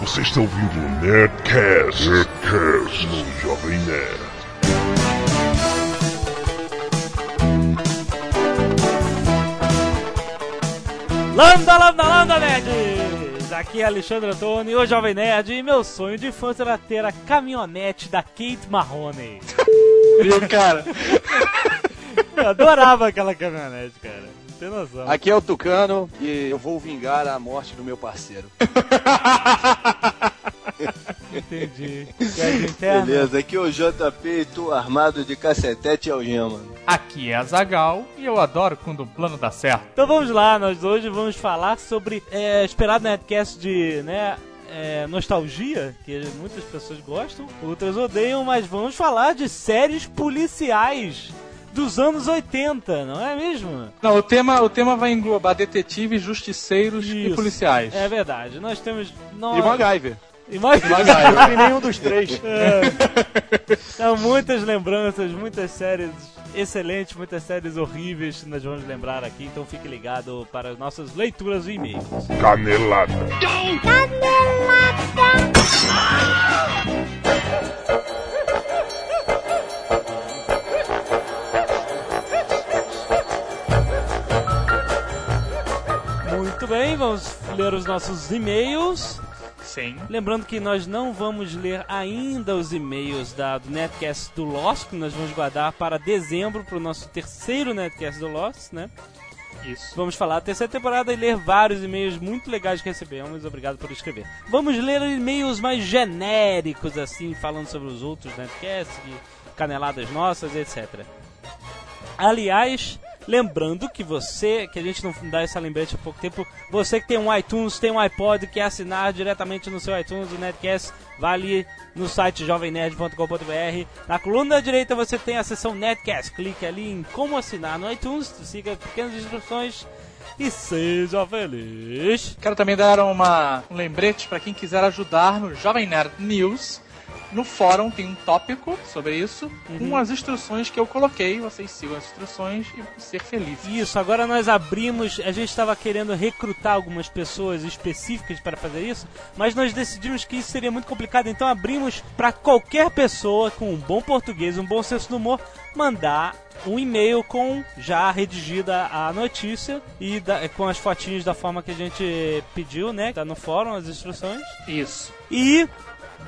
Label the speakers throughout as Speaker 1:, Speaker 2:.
Speaker 1: Você está ouvindo o Nerdcast, Nerdcast no Jovem Nerd.
Speaker 2: Landa, landa, landa, nerds! Aqui é Alexandre Antônio, o Jovem Nerd, e meu sonho de infância era ter a caminhonete da Kate Marrone.
Speaker 3: Viu, cara?
Speaker 2: Eu adorava aquela caminhonete, cara. Não tem noção.
Speaker 4: Aqui é o Tucano e eu vou vingar a morte do meu parceiro.
Speaker 2: Entendi. Piada
Speaker 5: né?
Speaker 2: interna.
Speaker 4: Beleza, aqui é o JP, tu armado de cacetete e algema.
Speaker 3: Aqui é a Zagal e eu adoro quando o plano dá certo.
Speaker 2: Então vamos lá, nós hoje vamos falar sobre é, esperado netcast de, né, é, nostalgia, que muitas pessoas gostam, outras odeiam, mas vamos falar de séries policiais dos anos 80, não é mesmo?
Speaker 3: Não, o tema, o tema vai englobar detetives, justiceiros e
Speaker 2: Isso.
Speaker 3: policiais.
Speaker 2: É verdade, nós temos... Nós...
Speaker 3: E MacGyver.
Speaker 2: E mais-
Speaker 5: Ah,
Speaker 3: MacGyver.
Speaker 5: nenhum dos três.
Speaker 2: É. São muitas lembranças, muitas séries excelentes, muitas séries horríveis que nós vamos lembrar aqui, então fique ligado para as nossas leituras e e-mails.
Speaker 1: Canelada.
Speaker 2: Muito bem, vamos ler os nossos e-mails.
Speaker 3: Sim.
Speaker 2: Lembrando que nós não vamos ler ainda os e-mails da, do Netcast do Lost, que nós vamos guardar para dezembro, para o nosso terceiro Netcast do Lost, né?
Speaker 3: Isso.
Speaker 2: Vamos falar da terceira temporada e ler vários e-mails muito legais que recebemos. Obrigado por escrever. Vamos ler e-mails mais genéricos, assim, falando sobre os outros né? Netcasts, e assim, caneladas nossas, etc. Aliás, lembrando que você, que a gente não dá essa lembrete há pouco tempo, você que tem um iTunes, tem um iPod, quer assinar diretamente no seu iTunes o Netcast, vá ali no site jovemnerd.com.br. Na coluna da direita você tem a seção Netcast. Clique ali em como assinar no iTunes, siga pequenas instruções e seja feliz.
Speaker 3: Quero também dar uma, um lembrete para quem quiser ajudar no Jovem Nerd News. No fórum tem um tópico sobre isso, com as instruções que eu coloquei. Vocês sigam as instruções e vão ser felizes.
Speaker 2: Isso, agora nós abrimos. A gente estava querendo recrutar algumas pessoas específicas para fazer isso, mas nós decidimos que isso seria muito complicado, então abrimos para qualquer pessoa com um bom português, um bom senso do humor, mandar um e-mail com já redigida a notícia e da- com as fotinhas da forma que a gente pediu, né? Tá no fórum as instruções.
Speaker 3: Isso.
Speaker 2: E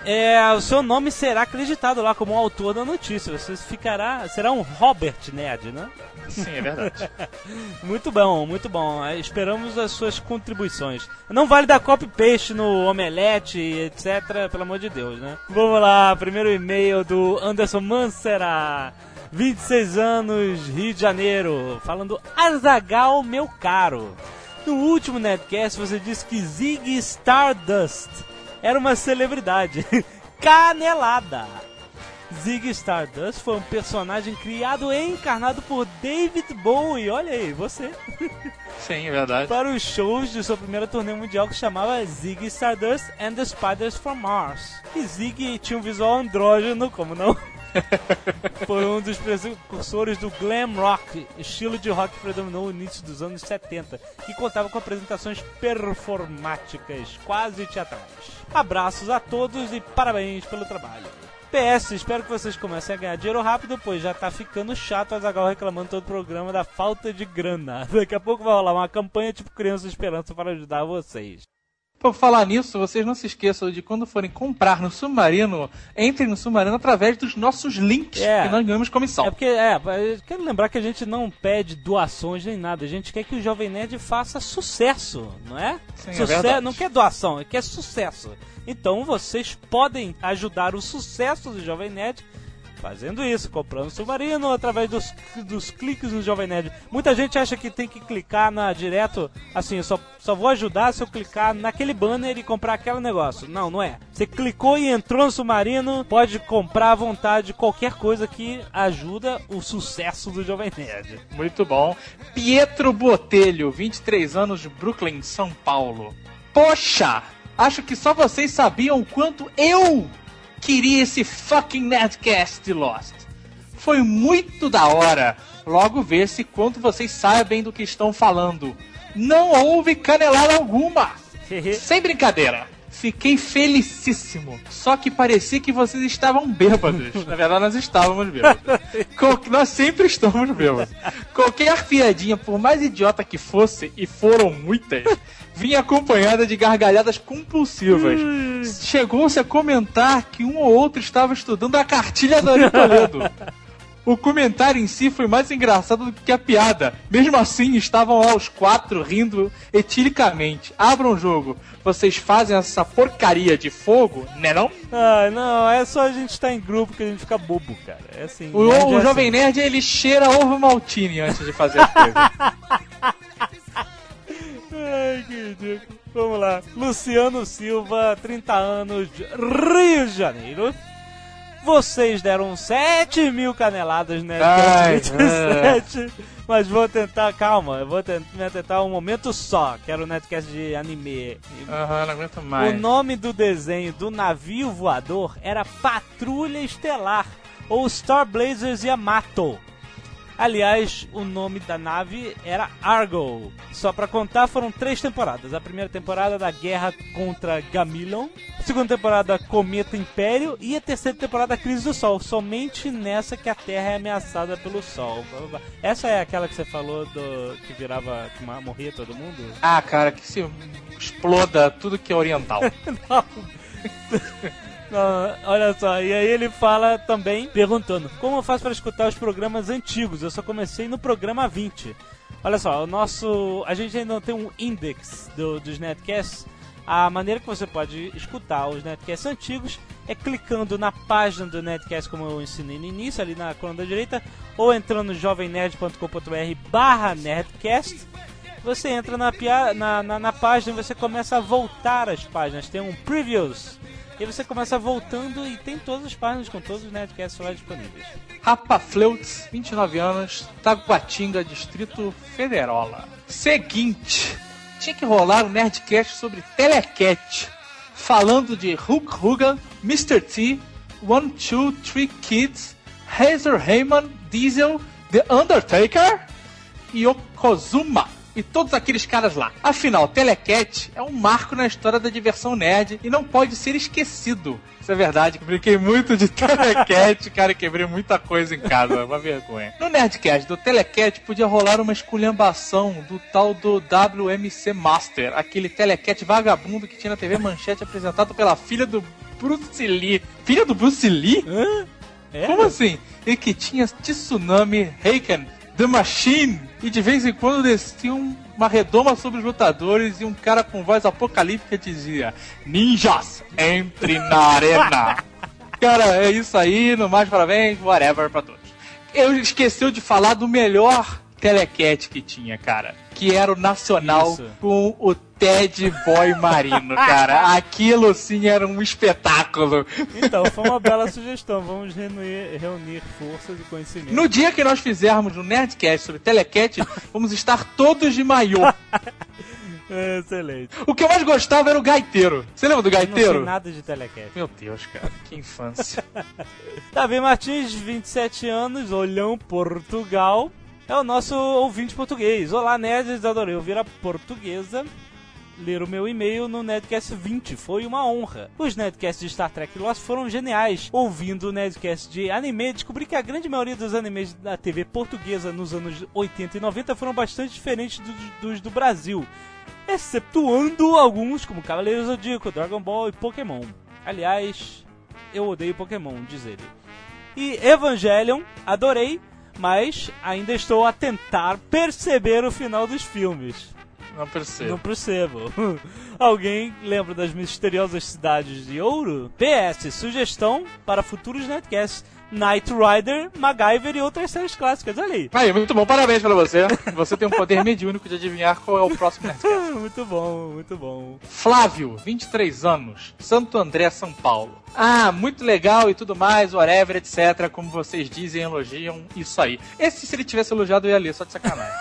Speaker 2: é, o seu nome será acreditado lá como autor da notícia. Você ficará. Será um Robert Ned, né?
Speaker 3: Sim, é verdade.
Speaker 2: Muito bom, muito bom. Eh, Esperamos as suas contribuições. Não vale dar copy-paste no omelete, etc. Pelo amor de Deus, né? Vamos lá, primeiro e-mail do Anderson Mancera. 26 anos, Rio de Janeiro. Falando Azagal, meu caro. No último Netcast você disse que Zig Stardust era uma celebridade. Canelada. Zig Stardust foi um personagem criado e encarnado por David Bowie, olha aí, você,
Speaker 3: Sim, é verdade.
Speaker 2: para os shows de sua primeira turnê mundial que chamava Zig Stardust and the Spiders from Mars. E Zig tinha um visual andrógeno, como não? foi um dos precursores do glam rock, estilo de rock que predominou no início dos anos 70, que contava com apresentações performáticas, quase teatrais. Abraços a todos e parabéns pelo trabalho. PS, espero que vocês comecem a ganhar dinheiro rápido, pois já tá ficando chato a Zagal reclamando todo o programa da falta de grana. Daqui a pouco vai rolar uma campanha tipo Criança Esperança para ajudar vocês.
Speaker 3: Por falar nisso, vocês não se esqueçam de quando forem comprar no Submarino, entrem no Submarino através dos nossos links,
Speaker 2: É.
Speaker 3: que nós ganhamos
Speaker 2: É
Speaker 3: comissão.
Speaker 2: porque, é, eu quero lembrar que a gente não pede doações nem nada, a gente quer que o Jovem Nerd faça sucesso, não é?
Speaker 3: Sim, é
Speaker 2: Suce-
Speaker 3: verdade.
Speaker 2: não quer doação, é quer sucesso. Então vocês podem ajudar o sucesso do Jovem Nerd fazendo isso, comprando submarino através dos, dos cliques no Jovem Nerd. Muita gente acha que tem que clicar na direto, assim, eu só, só vou ajudar se eu clicar naquele banner e comprar aquele negócio. Não, não é. Você clicou e entrou no submarino, pode comprar à vontade qualquer coisa que ajuda o sucesso do Jovem Nerd.
Speaker 3: Muito bom. Pietro Botelho, 23 anos de Brooklyn, São Paulo. Poxa! Acho que só vocês sabiam o quanto eu queria esse fucking Nerdcast de Lost. Foi muito da hora. Logo ver-se quanto vocês sabem do que estão falando. Não houve canelada alguma. Sem brincadeira. Fiquei felicíssimo. Só que parecia que vocês estavam bêbados. Na verdade, nós estávamos bêbados. Qual- Nós sempre estamos bêbados. Qualquer piadinha, por mais idiota que fosse, e foram muitas, vinha acompanhada de gargalhadas compulsivas. Chegou-se a comentar que um ou outro estava estudando a cartilha da Ari Toledo. O comentário em si foi mais engraçado do que a piada. Mesmo assim, estavam lá os quatro rindo etilicamente. Abram o jogo. Vocês fazem essa porcaria de fogo, né não?
Speaker 2: Ah, não, é só a gente estar em grupo que a gente fica bobo, cara. É assim.
Speaker 3: O,
Speaker 2: nerd
Speaker 3: o
Speaker 2: é
Speaker 3: Jovem Nerd, ele cheira ovo maltine antes de fazer as coisas.
Speaker 2: assim. Ai, que ridículo. Vamos lá. Luciano Silva, 30 anos, de Rio de Janeiro. Vocês deram 7 mil caneladas né? no
Speaker 3: Ai,
Speaker 2: Nerdcast 27, mas vou tentar, calma, eu vou tentar, tentar um momento só, que era o Nerdcast de anime.
Speaker 3: Aham, não aguento
Speaker 2: O
Speaker 3: mais.
Speaker 2: nome do desenho do navio voador era Patrulha Estelar ou Star Blazers Yamato. Aliás, o nome da nave era Argo. Só pra contar, foram três temporadas. A primeira temporada da Guerra contra Gamilon, a segunda temporada Cometa Império e a terceira temporada Crise do Sol. Somente nessa que a Terra é ameaçada pelo Sol. Blá, blá, blá. Essa é aquela que você falou do que virava que ma- morria todo mundo?
Speaker 3: Ah, cara, que se exploda tudo que é oriental.
Speaker 2: Não. Não, Ah, olha só, e aí ele fala também, perguntando: Como eu faço para escutar os programas antigos? Eu só comecei no programa 20. Olha só, o nosso. A gente ainda não tem um index do- dos netcasts. A maneira que você pode escutar os netcasts antigos é clicando na página do netcast, como eu ensinei no início, ali na coluna da direita, ou entrando no jovemnerd.com.br/barra netcast. Você entra na, pia- na, na, na página e você começa a voltar as páginas. Tem um previews. E você começa voltando e tem todas as páginas com todos os netcasts lá disponíveis.
Speaker 3: Rapa Fleuts, 29 anos, Taguatinga, Distrito Federola. Seguinte, tinha que rolar um Nerdcast sobre Telecat, falando de Hulk Hogan, Mr. T, One, Two, Three Kids, Razor Heyman, Diesel, The Undertaker e Yokozuma. E todos aqueles caras lá. Afinal, Telecat é um marco na história da diversão nerd e não pode ser esquecido. Isso é verdade. Eu Brinquei muito de Telecat, cara, e quebrei muita coisa em casa. É uma vergonha. No Nerdcast do Telecat podia rolar uma esculhambação do tal do WMC Master, aquele Telecat vagabundo que tinha na TV Manchete apresentado pela filha do Bruce Lee. Filha do Bruce Lee?
Speaker 2: É?
Speaker 3: Como assim? E que tinha Tsunami, Heiken, The Machine, e de vez em quando descia um- uma redoma sobre os lutadores e um cara com voz apocalíptica dizia: Ninjas, entre na arena! cara, é isso aí, no mais, parabéns, whatever pra todos. Eu esqueceu de falar do melhor telecat que tinha, cara. Que era o Nacional
Speaker 2: Isso.
Speaker 3: com o Ted Boy Marino, cara. Aquilo sim era um espetáculo.
Speaker 2: Então, foi uma bela sugestão. Vamos reunir, reunir forças e conhecimento.
Speaker 3: No dia que nós fizermos um Nerdcast sobre Telecat, vamos estar todos de maiô.
Speaker 2: Excelente.
Speaker 3: O que eu mais gostava era o gaiteiro. Você lembra do
Speaker 2: Eu Não sei
Speaker 3: gaiteiro?
Speaker 2: nada de telecast.
Speaker 3: Meu Deus, cara, que infância.
Speaker 2: Davi Martins, 27 anos, Olhão, Portugal. É o nosso ouvinte português. Olá, nerds, adorei ouvir a portuguesa. Ler o meu e-mail no Nerdcast 20 foi uma honra. Os Nerdcasts de Star Trek Lost foram geniais. Ouvindo o Nerdcast de anime, descobri que a grande maioria dos animes da TV portuguesa nos anos 80 e 90 foram bastante diferentes dos- dos do Brasil exceptuando alguns como Cavaleiros do Zodíaco, Dragon Ball e Pokémon. Aliás, eu odeio Pokémon, diz ele. E Evangelion, adorei, mas ainda estou a tentar perceber o final dos filmes.
Speaker 3: Não
Speaker 2: Não
Speaker 3: percebo.
Speaker 2: percebo. Alguém lembra das misteriosas cidades de ouro? PS, sugestão para futuros netcasts. Knight Rider, MacGyver e outras séries clássicas. Olha aí.
Speaker 3: Aí, muito bom, parabéns pra você. Você tem um poder mediúnico de adivinhar qual é o próximo Nerdcast.
Speaker 2: muito bom, muito bom.
Speaker 3: Flávio, 23 anos, Santo André, São Paulo. Ah, muito legal e tudo mais, whatever, etc. Como vocês dizem, elogiam, isso aí. Esse, se ele tivesse elogiado, eu ia ler, só de sacanagem.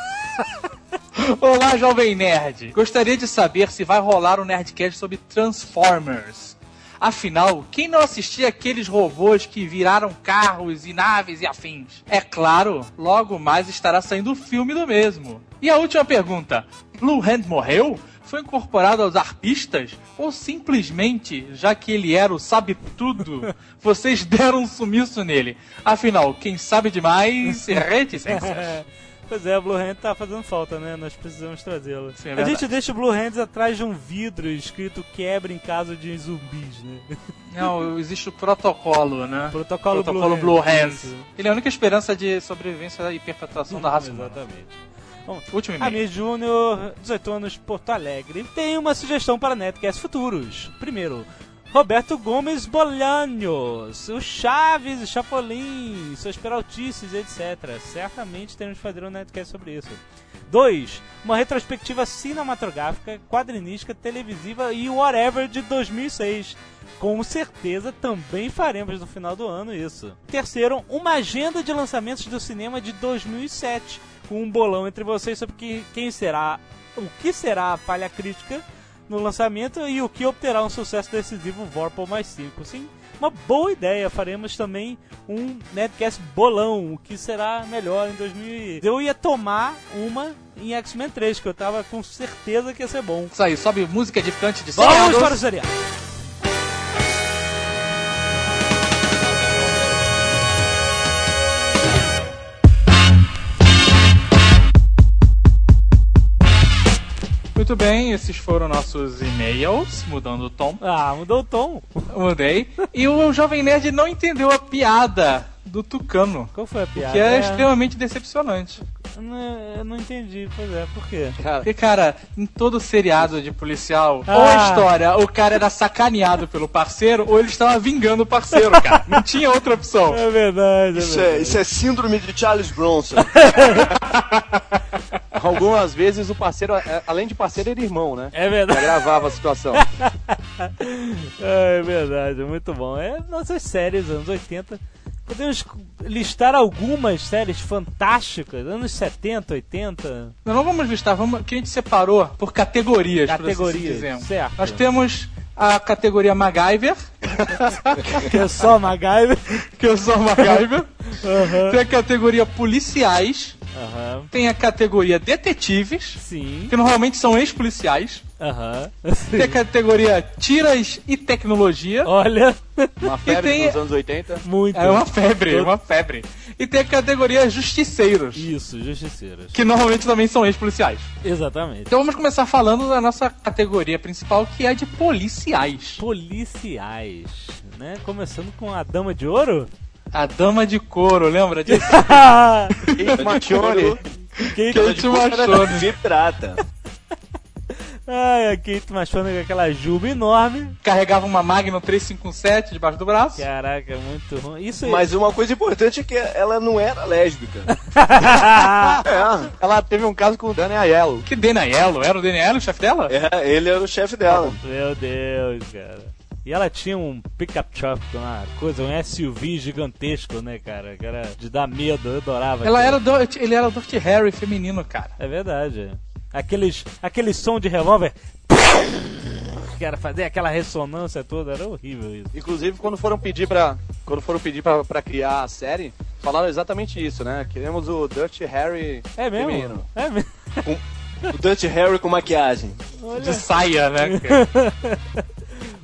Speaker 3: Olá, jovem nerd. Gostaria de saber se vai rolar um Nerdcast sobre Transformers. Afinal, quem não assistia aqueles robôs que viraram carros e naves e afins? É claro, logo mais estará saindo o filme do mesmo. E a última pergunta: Blue Hand morreu? Foi incorporado aos arpistas? Ou simplesmente, já que ele era o sabe-tudo, vocês deram um sumiço nele? Afinal, quem sabe demais, é reticências.
Speaker 2: Pois é, o Blue Hand tá fazendo falta, né? Nós precisamos trazê-lo.
Speaker 3: Sim, é
Speaker 2: a
Speaker 3: verdade.
Speaker 2: gente deixa o Blue Hands atrás de um vidro escrito quebra em caso de zumbis, né?
Speaker 3: Não, existe o protocolo, né?
Speaker 2: Protocolo,
Speaker 3: protocolo
Speaker 2: Blue
Speaker 3: Blue,
Speaker 2: Hand.
Speaker 3: Hands. Ele é a única esperança de sobrevivência e perpetuação da raça humana.
Speaker 2: Exatamente.
Speaker 3: Último e-mail.
Speaker 2: Amir Júnior, 18 anos, Porto Alegre, tem uma sugestão para Netcast Futuros. Primeiro, Roberto Gomes Bolanhos, o Chaves, o Chapolin, suas peraltices, etc. Certamente teremos que fazer um Netcast sobre isso. 2. Uma retrospectiva cinematográfica, quadrinística, televisiva e whatever de 2006. Com certeza também faremos no final do ano isso. Terceiro, uma agenda de lançamentos do cinema de 2007, com um bolão entre vocês sobre que- quem será, o que será a falha crítica no lançamento e o que obterá um sucesso decisivo Vorpal mais 5. Sim, uma boa ideia. Faremos também um Netcast bolão, o que será melhor em 2000. Eu ia tomar uma em X-Men 3, que eu tava com certeza que ia ser bom.
Speaker 3: Isso aí, sobe música edificante de
Speaker 2: Vamos
Speaker 3: seriados.
Speaker 2: para o seriado!
Speaker 3: Muito bem, esses foram nossos e-mails, mudando o tom.
Speaker 2: Ah, mudou o tom.
Speaker 3: Mudei. E o Jovem Nerd não entendeu a piada do Tucano,
Speaker 2: Qual foi a piada?
Speaker 3: que é extremamente decepcionante.
Speaker 2: Né, Eu não entendi, pois é, por quê?
Speaker 3: Porque, cara, em todo seriado de policial, ou
Speaker 2: Ah.
Speaker 3: a história, o cara era sacaneado pelo parceiro, ou ele estava vingando o parceiro, cara. Não tinha outra opção.
Speaker 2: É verdade,
Speaker 4: Isso é, isso é síndrome de Charles Bronson.
Speaker 5: Algumas vezes o parceiro, é, além de parceiro, era irmão, né?
Speaker 2: É verdade.
Speaker 5: Agravava a situação.
Speaker 2: É verdade, muito bom. É nossas séries, anos 80. Podemos listar algumas séries fantásticas, anos 70, 80,
Speaker 3: Nós não vamos listar, vamos, que a gente separou por categorias, por assim
Speaker 2: categorias.
Speaker 3: dizer.
Speaker 2: certo.
Speaker 3: Nós temos a categoria MacGyver,
Speaker 2: que é só MacGyver.
Speaker 3: que eu sou MacGyver. Tem a categoria policiais,
Speaker 2: Aham.
Speaker 3: tem a categoria detetives,
Speaker 2: Sim.
Speaker 3: que normalmente são ex-policiais.
Speaker 2: Aham.
Speaker 3: Tem a categoria tiras e tecnologia.
Speaker 2: Olha,
Speaker 5: Uma febre
Speaker 3: tem-
Speaker 5: dos anos 80.
Speaker 2: muito.
Speaker 3: É uma febre, é uma febre. E tem a categoria justiceiros,
Speaker 2: Isso, justiceiras.
Speaker 3: que normalmente também são ex-policiais.
Speaker 2: Exatamente.
Speaker 3: Então vamos começar falando da nossa categoria principal, que é de policiais.
Speaker 2: Policiais, né? Começando com a Dama de Ouro?
Speaker 3: A dama de couro, lembra disso?
Speaker 5: Kate Machione.
Speaker 2: Kate
Speaker 5: Então,
Speaker 3: Kate Machone.
Speaker 4: De prata.
Speaker 2: Ai, a Kate Machona com aquela juba enorme.
Speaker 3: Carregava uma Magnum 357 debaixo do braço.
Speaker 2: é. Caraca, muito ruim. Isso aí.
Speaker 4: Mas uma coisa importante é que ela não era lésbica. É,
Speaker 5: Ela teve um caso com o Danny Aiello.
Speaker 3: Que Denaiello? Era o Denaiello o chefe dela?
Speaker 4: é, ele era o chefe dela.
Speaker 5: Tá
Speaker 2: Meu Deus, cara. E ela tinha um pickup truck, uma coisa, um SUV gigantesco, né, cara? Que era de dar medo, eu adorava.
Speaker 4: é.
Speaker 3: Ela era
Speaker 2: aquilo.
Speaker 3: o Dirty- ele era o Dirty Harry feminino, cara.
Speaker 2: É verdade. Aqueles, aquele som de revólver. Que era fazer aquela ressonância toda, era horrível isso.
Speaker 5: Inclusive, quando foram pedir pra, quando foram pedir pra, pra criar a série, falaram exatamente isso, né? Queremos o Dirty Harry
Speaker 2: É mesmo?
Speaker 5: feminino.
Speaker 2: É mesmo.
Speaker 4: O Dutch Harry com maquiagem.
Speaker 2: Olha.
Speaker 3: De saia, né? cara?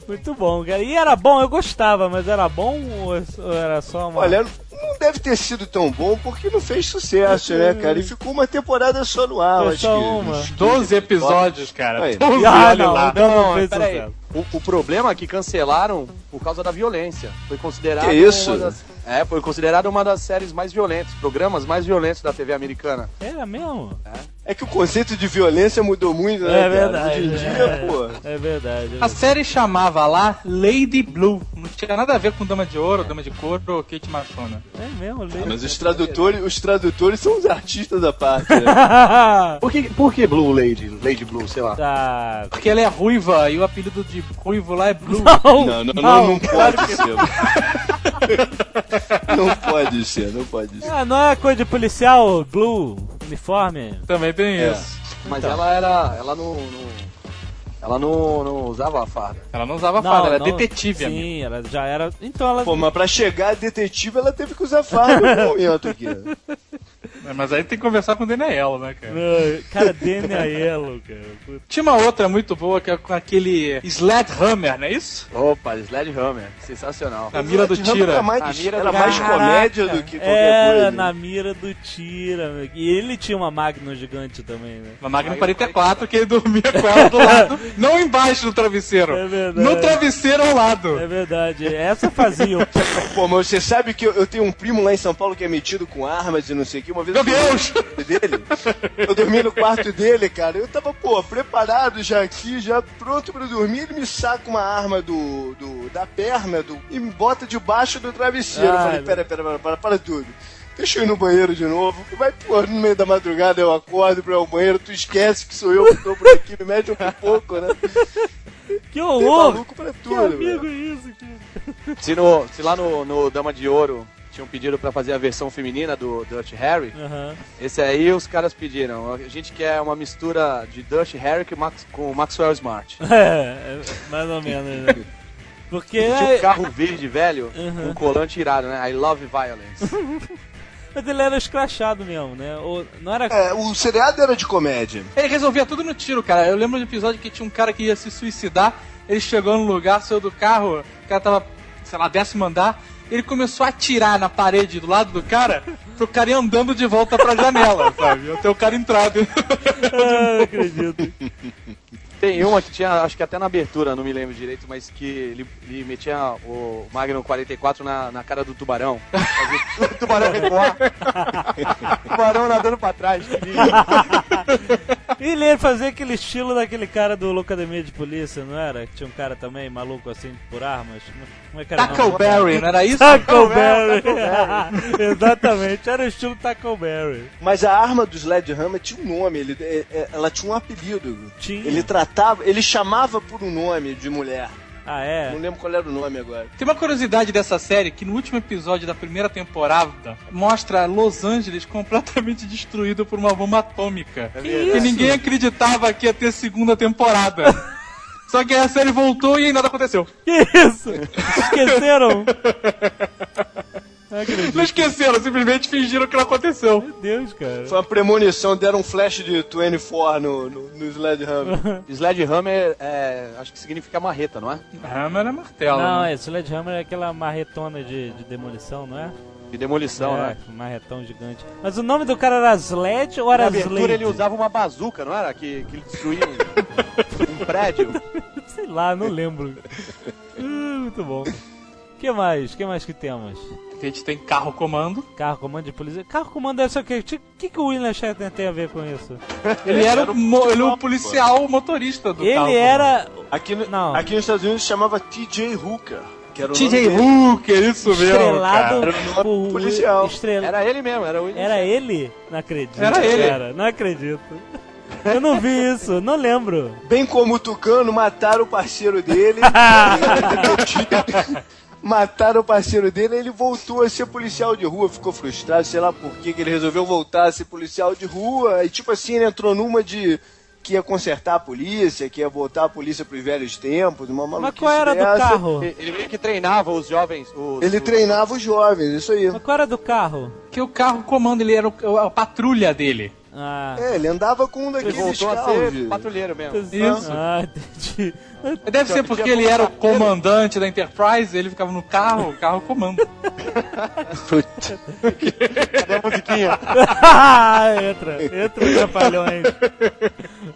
Speaker 2: Muito bom, cara. E era bom, eu gostava, mas era bom ou ou era só uma.
Speaker 4: Olha, não deve ter sido tão bom porque não fez sucesso, né, cara? E ficou uma temporada só no ar,
Speaker 2: Foi
Speaker 4: acho
Speaker 2: só
Speaker 4: que.
Speaker 2: uma.
Speaker 4: uns
Speaker 3: 12 episódios, cara.
Speaker 4: Aí.
Speaker 3: 12,
Speaker 2: Ah,
Speaker 3: olha
Speaker 2: não,
Speaker 3: lá.
Speaker 2: então não
Speaker 5: Não, é,
Speaker 2: fez
Speaker 5: peraí.
Speaker 2: sucesso.
Speaker 5: O, o problema é que cancelaram por causa da violência. Foi considerado
Speaker 4: Que isso?
Speaker 5: uma das, é, foi considerado uma das séries mais violentas, programas mais violentos da TV americana.
Speaker 2: Era mesmo?
Speaker 4: É que o conceito de violência mudou muito, né?
Speaker 2: É
Speaker 4: cara?
Speaker 2: verdade,
Speaker 4: Hoje em
Speaker 2: é.
Speaker 4: dia,
Speaker 5: né?
Speaker 4: pô.
Speaker 2: É verdade.
Speaker 3: A série chamava lá Lady Blue. Não tinha nada a ver com Dama de Ouro, Dama de Couro ou Kate Machona.
Speaker 2: É mesmo, Lady.
Speaker 4: Ah, Mas os tradutores, os tradutores são os artistas da parte, né?
Speaker 5: Por que, por que Blue Lady? Lady Blue, sei lá.
Speaker 2: tá.
Speaker 3: Porque ela é ruiva e o apelido de ruivo lá é Blue.
Speaker 4: Não, não, não, não pode ser. Não pode ser, não pode ser.
Speaker 2: Ah, não é coisa de policial, blue, uniforme.
Speaker 3: Também tem
Speaker 4: É.
Speaker 3: isso.
Speaker 5: Mas ela era. Ela não. não- Ela não, não usava a farda.
Speaker 3: Ela não usava farda, ela é detetive,
Speaker 2: Sim,
Speaker 3: amigo.
Speaker 2: ela já era. Então ela.
Speaker 4: Pô, mas pra chegar a detetive, ela teve que usar farda em algum momento aqui.
Speaker 3: É, Mas aí tem que conversar com o Daniel, né, cara?
Speaker 2: Ai, Ah, Cara, é Daniel, cara. Puta.
Speaker 3: Tinha uma outra muito boa que é com aquele Sledgehammer, não é isso?
Speaker 5: Opa, Sledgehammer, sensacional.
Speaker 3: A mira do
Speaker 4: Ed Hammer
Speaker 3: tira. Ah,
Speaker 4: Era mais,
Speaker 5: A mira do
Speaker 4: era mais
Speaker 5: Caraca.
Speaker 4: comédia do que qualquer
Speaker 2: Era
Speaker 4: coisa.
Speaker 2: É,
Speaker 4: né?
Speaker 2: na mira do tira, meu. E ele tinha uma Magno gigante também, né?
Speaker 3: Uma máquina 44 que ele dormia com ela do lado, não embaixo do travesseiro.
Speaker 2: É verdade.
Speaker 3: no travesseiro ao lado.
Speaker 2: É verdade, essa fazia. o-
Speaker 4: Pô, mas você sabe que eu, eu tenho um primo lá em São Paulo que é metido com armas e não sei o que. Uma vez
Speaker 3: Meu
Speaker 4: eu dormi no
Speaker 3: Deus!
Speaker 4: quarto Dele, eu dormi no quarto dele, cara. Eu tava, pô, preparado já aqui, já pronto pra dormir. Ele me saca uma arma do, do- da perna do, e me bota debaixo do travesseiro.
Speaker 2: Ai,
Speaker 4: eu falei,
Speaker 2: meu-
Speaker 4: pera, pera, pera, para, para tudo. Deixa eu ir no banheiro de novo. Vai, pô, no meio da madrugada eu acordo pra ir ao banheiro. Tu esquece que sou eu que tô por aqui. Me mete um pouco, né?
Speaker 2: Que
Speaker 4: Tem
Speaker 2: horror!
Speaker 4: maluco pra tudo.
Speaker 2: Que amigo é
Speaker 4: velho.
Speaker 2: isso, cara.
Speaker 5: Se, no- se lá no, no Dama de Ouro tinham pedido pra fazer a versão feminina do Dirty Harry,
Speaker 2: Aham.
Speaker 5: esse aí os caras pediram. A gente quer uma mistura de Dirty Harry com, Max, com Maxwell Smart.
Speaker 2: É, é, mais ou menos. né? Porque
Speaker 5: Tinha um
Speaker 2: é, Uhum.
Speaker 5: carro verde velho, um colante irado, né? I love violence.
Speaker 2: mas ele era escrachado mesmo, né? Ou, não era.
Speaker 4: É, o seriado era de comédia.
Speaker 3: Ele resolvia tudo no tiro, cara. Eu lembro de um episódio que tinha um cara que ia se suicidar. Ele chegou no lugar, saiu do carro, o cara tava, sei lá, décimo andar. Ele começou a atirar na parede do lado do cara, pro cara ir andando de volta pra janela, sabe? Até o cara entrar dentro.
Speaker 2: Ah, não acredito.
Speaker 5: Tem uma que tinha, acho que até na abertura, não me lembro direito, mas que ele, ele metia o Magnum 44 na, na cara do tubarão. Fazia o tubarão recuar. tubarão nadando pra trás.
Speaker 2: E ele fazia aquele estilo daquele cara do Loucademia de Polícia, não era? Que tinha um cara também maluco assim por armas. Como é que era? o nome?
Speaker 3: Tackleberry, não era isso?
Speaker 2: Tackleberry! Exatamente, era o estilo Tackleberry.
Speaker 4: Mas a arma do Sledgehammer tinha um nome, ele, é, é, ela tinha um apelido.
Speaker 2: Tinha.
Speaker 4: Ele tratava, ele chamava por um nome de mulher.
Speaker 2: Ah, é?
Speaker 4: Não lembro qual era o nome agora.
Speaker 3: Tem uma curiosidade dessa série que no último episódio da primeira temporada mostra Los Angeles completamente destruído por uma bomba atômica.
Speaker 5: É
Speaker 3: Que
Speaker 5: verdade.
Speaker 3: ninguém acreditava que ia ter segunda temporada. Só que aí a série voltou e aí nada aconteceu.
Speaker 2: Que isso? Esqueceram? Não acredito.
Speaker 3: Não esqueceram, simplesmente fingiram que não aconteceu.
Speaker 2: Meu Deus, cara.
Speaker 4: Foi uma premonição, deram um flash de 24 no, no, no Sledgehammer.
Speaker 2: Uhum.
Speaker 5: Sledgehammer, é, acho que significa marreta, não é?
Speaker 3: Ah, mas era martelo.
Speaker 2: Não,
Speaker 3: né?
Speaker 2: é, Sledgehammer é aquela marretona de, de demolição, não é?
Speaker 5: De demolição,
Speaker 2: é,
Speaker 5: né?
Speaker 2: marretão gigante. Mas o nome do cara era Sled ou era
Speaker 5: Na abertura
Speaker 2: Slade?
Speaker 5: ele usava uma bazuca, não era? Que, que ele destruía um, um prédio.
Speaker 2: Sei lá, não lembro. Ah, Muito bom. que mais? que mais que temos?
Speaker 3: A gente tem carro comando.
Speaker 2: Carro comando de polícia. Carro comando deve ser o quê? O que, que o William Shatner tem a ver com isso?
Speaker 3: Ele era, o, mo- ele o policial motorista do carro.
Speaker 2: Ele era.
Speaker 4: Aqui, no-
Speaker 2: Não.
Speaker 4: aqui nos Estados Unidos chamava TJ Hooker. Que era o
Speaker 3: TJ
Speaker 4: nome dele.
Speaker 3: Hooker, Uh, é isso mesmo.
Speaker 2: estrelado
Speaker 3: cara. um
Speaker 4: Era o
Speaker 2: por
Speaker 4: nome policial.
Speaker 2: estrela- Era...
Speaker 5: Era ele mesmo, era o William
Speaker 2: ele? Não acredito.
Speaker 3: Era ele.
Speaker 2: cara, não acredito. Eu não vi isso, não lembro.
Speaker 4: Bem como o Tucano, mataram o parceiro dele. mataram o parceiro dele, ele voltou a ser policial de rua, ficou frustrado, sei lá por que que ele resolveu voltar a ser policial de rua, e tipo assim, ele entrou numa de que ia consertar a polícia, que ia voltar a polícia pros velhos tempos, uma maluquice
Speaker 2: Mas qual era do
Speaker 4: dessa.
Speaker 2: carro?
Speaker 5: Ele ele meio que treinava os jovens. Os,
Speaker 4: Ele
Speaker 5: os-
Speaker 4: treinava os jovens, isso aí.
Speaker 2: Mas qual era do carro?
Speaker 3: Que o carro comando, ele era o- a patrulha dele.
Speaker 2: Ah,
Speaker 4: É, ele andava com um
Speaker 5: Ele
Speaker 4: daqueles
Speaker 5: voltou a ser
Speaker 4: carros. de-
Speaker 5: patrulheiro mesmo.
Speaker 3: Isso.
Speaker 2: Ah, entendi.
Speaker 3: Deve ser porque ele era o comandante da Enterprise, ele ficava no carro, o carro comando.
Speaker 5: Cadê a musiquinha?
Speaker 2: Ah, entra, entra os trapalhões.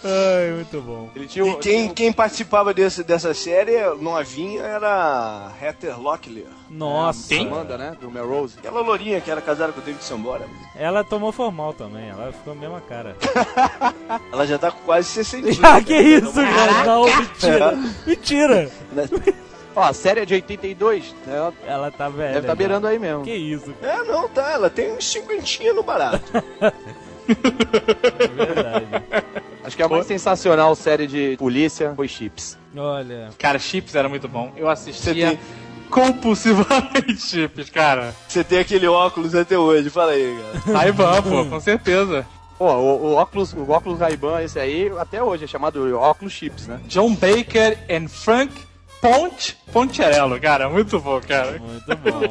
Speaker 2: Ai, muito bom.
Speaker 5: Ele tinha,
Speaker 4: E
Speaker 5: um-
Speaker 4: quem,
Speaker 5: tinha
Speaker 4: quem participava desse, dessa série novinha era a Heather Locklear.
Speaker 2: Nossa.
Speaker 5: um Amanda, né? Do Melrose.
Speaker 4: Aquela lourinha que era casada com o David Sambora.
Speaker 2: Ela tomou formal também, ela ficou a mesma cara.
Speaker 4: Ela já tá com quase 60
Speaker 2: ah, que isso, cara? Não, mentira. Mentira.
Speaker 4: né?
Speaker 5: Ó, a série é de 82, né? Ela
Speaker 2: Ela tá velha.
Speaker 5: deve estar
Speaker 2: já.
Speaker 5: beirando aí mesmo.
Speaker 2: Que isso, cara,
Speaker 4: É, não, tá. Ela tem uns cinquentinha no barato.
Speaker 2: é verdade.
Speaker 5: Acho que é a mais sensacional série de polícia foi Chips.
Speaker 2: Olha.
Speaker 3: Cara, Chips era muito bom. Eu assistia
Speaker 4: Você tem-
Speaker 3: compulsivamente Chips, cara.
Speaker 4: Você tem aquele óculos até hoje, fala aí, cara.
Speaker 3: Aí vamos, pô, com certeza.
Speaker 5: Pô, o, o óculos, o óculos Ray-Ban, esse aí, até hoje é chamado óculos chips, né?
Speaker 3: John Baker and Frank Ponte Poncherello, cara. Muito bom, cara.
Speaker 2: Muito bom.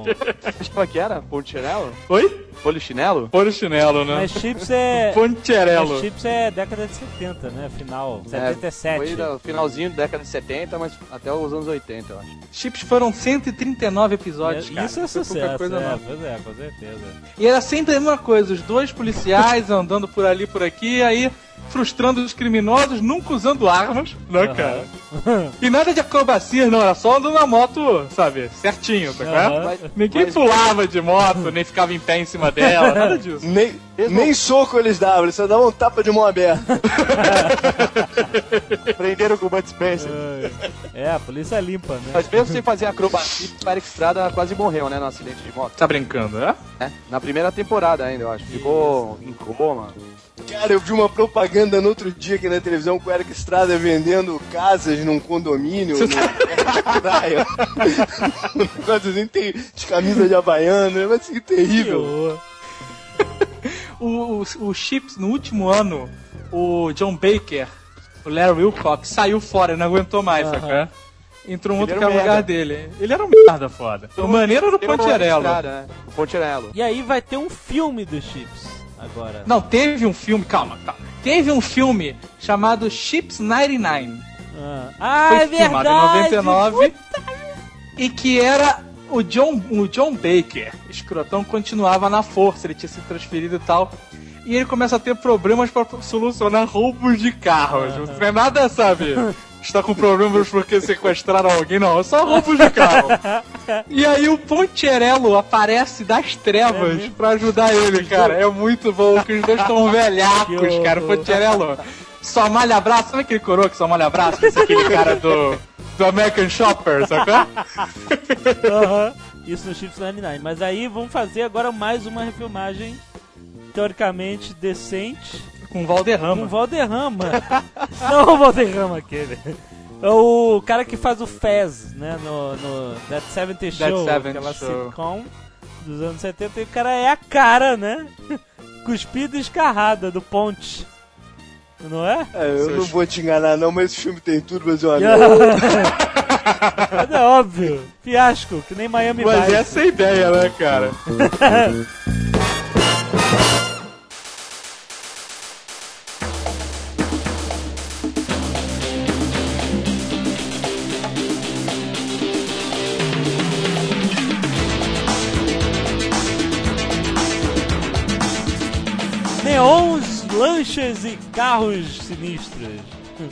Speaker 5: Achava é que era polichinelo?
Speaker 3: Oi?
Speaker 5: Polichinelo?
Speaker 3: Pôr o chinelo, né?
Speaker 2: Mas Chips é. Mas
Speaker 3: Poncherello.
Speaker 2: Chips é década de 70, né? Final. 77.
Speaker 5: É, foi no finalzinho da década de 70, mas até os anos 80, eu acho.
Speaker 3: Chips foram 139 episódios,
Speaker 2: É,
Speaker 3: cara.
Speaker 2: Isso é
Speaker 3: Foi pouca
Speaker 2: sucesso,
Speaker 3: coisa
Speaker 2: é,
Speaker 3: não.
Speaker 2: pois é, com certeza.
Speaker 3: E era sempre a mesma coisa, os dois policiais andando por ali por aqui, aí frustrando os criminosos, nunca usando armas, né, cara? E nada de acrobacias, não, era só andando na moto, sabe, certinho, tá
Speaker 2: Aham.
Speaker 3: certo? Ninguém
Speaker 5: mas-
Speaker 3: pulava de moto, nem ficava em pé em cima dela, nada disso.
Speaker 4: Nem, nem soco eles davam, eles só davam um tapa de mão aberta.
Speaker 5: Prenderam com o Bud Spencer.
Speaker 2: É, a polícia limpa, né?
Speaker 5: Mas mesmo sem fazer acrobacia, o Eric Estrada quase morreu, né, no acidente de moto.
Speaker 3: Tá brincando, né?
Speaker 5: né? Na primeira temporada ainda, eu acho. Ficou em coma.
Speaker 4: Cara, eu vi uma propaganda no outro dia aqui na televisão com o Eric Estrada vendendo casas num condomínio, num praia. um negócio assim, tem de camisa de havaiana, mas assim, terrível.
Speaker 3: o, o, o Chips, no último ano, o John Baker, o Larry Wilcox, saiu fora, ele não aguentou mais,
Speaker 2: Aham.
Speaker 3: sacou? Entrou um outro
Speaker 5: Ele
Speaker 3: que
Speaker 5: era
Speaker 3: era o
Speaker 5: um
Speaker 3: lugar dele. Ele era um merda foda. O maneiro era o
Speaker 5: Tem o
Speaker 3: Pontiarello.
Speaker 5: Estrada, né? O Pontiarello.
Speaker 2: E aí vai ter um filme do Chips agora.
Speaker 3: Não, teve um filme, calma, calma. Teve um filme chamado Chips 99.
Speaker 2: Ah, Ah,
Speaker 3: Foi
Speaker 2: é
Speaker 3: filmado
Speaker 2: verdade!
Speaker 3: em 99. E que era o John, o John Baker. Escrotão continuava na força, ele tinha se transferido e tal. E ele começa a ter problemas pra solucionar roubos de carros. Não é nada, sabe? Está com problemas porque sequestraram alguém, não. É só roubos de carro. E aí o Poncherello aparece das
Speaker 2: É
Speaker 3: trevas
Speaker 2: mesmo?
Speaker 3: pra ajudar ele, cara. É muito bom, que os dois estão velhacos,
Speaker 2: Que
Speaker 3: cara. O
Speaker 2: horror.
Speaker 3: Poncherello só malha braço. Sabe aquele coroa que só malha braço? Esse é aquele cara do, do American Shopper, sacou?
Speaker 2: Aham. Isso no Chips 99. Mas aí vamos fazer agora mais uma refilmagem teoricamente decente
Speaker 3: Com
Speaker 2: com o
Speaker 3: Valderrama.
Speaker 2: Valderrama. Não o Valderrama aquele. É o cara que faz o Fez, né? No, no That 70 Show,
Speaker 3: 70
Speaker 2: aquela
Speaker 3: Show.
Speaker 2: sitcom dos anos 70. E o cara é a cara, né? Cuspida e escarrada do Ponte. Não é?
Speaker 4: É, eu não vou te enganar não, mas esse filme tem tudo, mas olha...
Speaker 2: Mas é óbvio. Fiasco, que nem Miami
Speaker 3: Mas
Speaker 2: Vice.
Speaker 3: essa é a ideia, né, cara?
Speaker 2: Neons, lanchas e carros sinistros.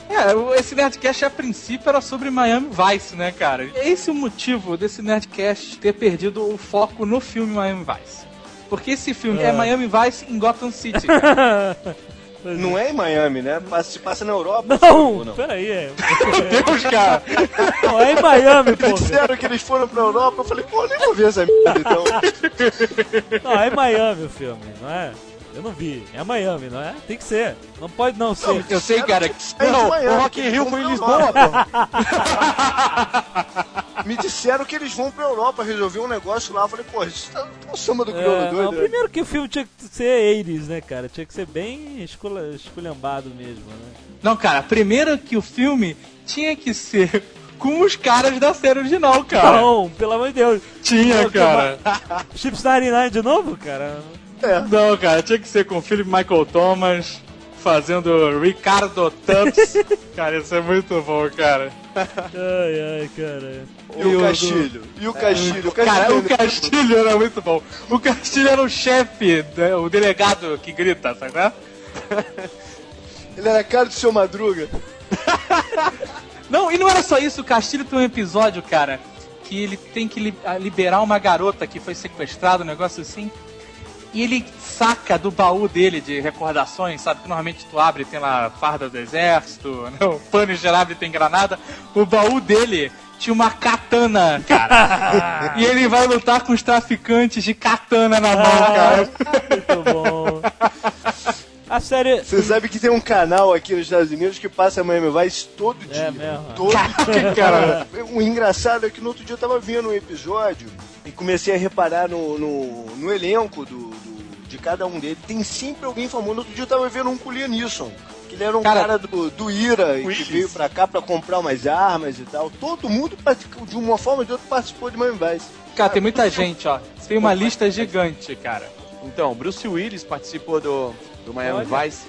Speaker 3: É, o- esse Nerdcast a princípio era sobre Miami Vice, né, cara? Esse é o motivo desse Nerdcast ter perdido o foco no filme Miami Vice. Porque esse filme é,
Speaker 2: É.
Speaker 3: Miami Vice em Gotham City. cara.
Speaker 4: Não é em Miami, né? Passa- Se passa na Europa.
Speaker 2: Não, peraí, é.
Speaker 3: Meu Deus, cara!
Speaker 2: Não, é em Miami, pô.
Speaker 4: Disseram que eles foram pra Europa, eu falei, pô, nem vou ver essa merda, então.
Speaker 2: Não, é em Miami o filme, não é? Eu não vi. É Miami, não é? Tem que ser. Não pode não ser.
Speaker 3: Eu sei, cara.
Speaker 4: tipo Não,
Speaker 5: o Rock in Rio foi em Lisboa,
Speaker 4: Me disseram que eles vão pra Europa resolver um negócio lá. Eu falei, pô, isso tá tá um samba do crioulo
Speaker 2: É, não,
Speaker 4: doido. né?
Speaker 2: primeiro que o filme tinha que ser Ares, né, cara? Tinha que ser bem escula, esculhambado mesmo, né?
Speaker 3: Não, cara, primeiro que o filme tinha que ser com os caras da série original, cara.
Speaker 2: Não, pelo amor de Deus.
Speaker 3: tinha, cara.
Speaker 2: Chips 99 de novo, cara?
Speaker 4: É.
Speaker 3: Não, cara, tinha que ser com o Philip Michael Thomas fazendo Ricardo Tubbs. cara, isso é muito bom, cara.
Speaker 2: Ai, ai, cara.
Speaker 4: E o Castilho? E o Castilho? O Castilho né?
Speaker 3: Cara, o
Speaker 4: ainda-
Speaker 3: Castilho era muito bom. O Castilho era o chefe, né, o delegado que grita, sabe? qual é?
Speaker 4: Ele era a cara do seu Madruga.
Speaker 3: Não, e não era só isso, o Castilho tem um episódio, cara, que ele tem que li- a- liberar uma garota que foi sequestrada, um negócio assim. E ele saca do baú dele de recordações, sabe? Que normalmente tu abre e tem lá farda do exército, né? o pano geral tem granada. O baú dele tinha uma katana, cara. e ele vai lutar com os traficantes de katana na mão, cara.
Speaker 2: Muito bom. A série.
Speaker 4: Você sabe que tem um canal aqui nos Estados Unidos que passa Miami Vice todo dia.
Speaker 2: mesmo.
Speaker 4: Todo dia.
Speaker 3: Cara.
Speaker 4: O engraçado é que no outro dia eu tava vendo um episódio e comecei a reparar no, no, no elenco do, do, de cada um deles, tem sempre alguém famoso. Outro dia eu tava vendo um com o Lianisson, que ele era um
Speaker 3: Cara,
Speaker 4: cara, do, do Ira, e que
Speaker 3: Willis.
Speaker 4: veio pra cá pra comprar umas armas e tal. Todo mundo, participou, de uma forma ou de outra, participou de Miami Vice.
Speaker 3: Cara, tem muita gente, ó. Tem uma lista gigante, cara.
Speaker 5: Então, Bruce Willis participou do, do Miami
Speaker 6: Olha.
Speaker 5: Vice,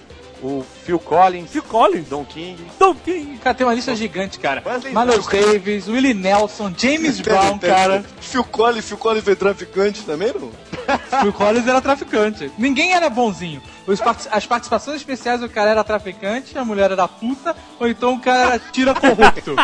Speaker 5: o Phil Collins,
Speaker 6: Phil Collins.
Speaker 5: Don King,
Speaker 6: Tom King.
Speaker 3: Cara, tem uma lista gigante, cara.
Speaker 5: Wesley
Speaker 3: Manoel Davis, Willie Nelson, James Brown,
Speaker 4: Tem- tem-
Speaker 3: um cara.
Speaker 4: Phil Collins, Phil Collins foi traficante também, não?
Speaker 3: Phil Collins era traficante. Ninguém era bonzinho. Os parti- as participações especiais, o cara era traficante, a mulher era puta, ou então o cara era tira corrupto.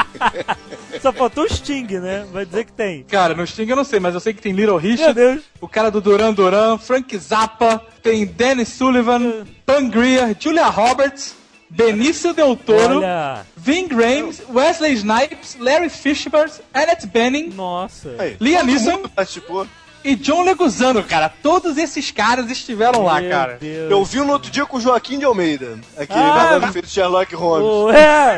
Speaker 2: Só faltou o Sting, né? Vai dizer que tem.
Speaker 3: Cara, no Sting eu não sei, mas eu sei que tem Little
Speaker 2: Meu
Speaker 3: Richard,
Speaker 2: Deus.
Speaker 3: o cara do Duran Duran, Frank Zappa, tem Dennis Sullivan, Pam Grier, Julia Roberts, Benício Del Toro,
Speaker 2: Olha.
Speaker 3: Vin Grams, Wesley Snipes, Larry Fishburne, Annette Bening,
Speaker 2: Nossa.
Speaker 4: Aí,
Speaker 3: Liam
Speaker 4: todo
Speaker 3: Neeson?
Speaker 4: mundo participou.
Speaker 3: e John Leguzano, cara. Todos esses caras estiveram lá,
Speaker 2: Meu
Speaker 3: cara.
Speaker 2: Deus.
Speaker 4: Ah, Eu vi um no outro dia com o Joaquim de Almeida, aquele
Speaker 2: Ah,
Speaker 4: ah,
Speaker 2: mas-
Speaker 4: que fez Sherlock Holmes.
Speaker 2: Pô, é.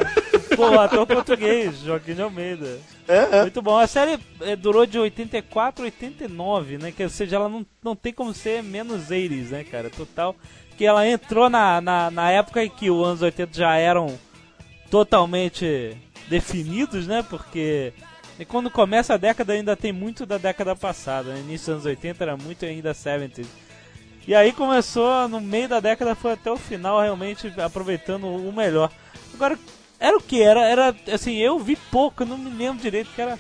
Speaker 2: Pô, ator português, Joaquim de Almeida.
Speaker 4: É, é.
Speaker 2: Muito bom. A série eh, durou de 84 a 89, né? Que, ou seja, ela não, não tem como ser menos Aires, né, cara? Total. Que ela entrou na, na, na época em que os anos 80 já eram totalmente definidos, né? Porque e quando começa a década ainda tem muito da década passada. No início dos anos 80 era muito ainda 70s. E aí começou no meio da década, foi até o final, realmente aproveitando o melhor. Agora, era o que? Era, era assim, eu vi pouco, eu não me lembro direito, que era,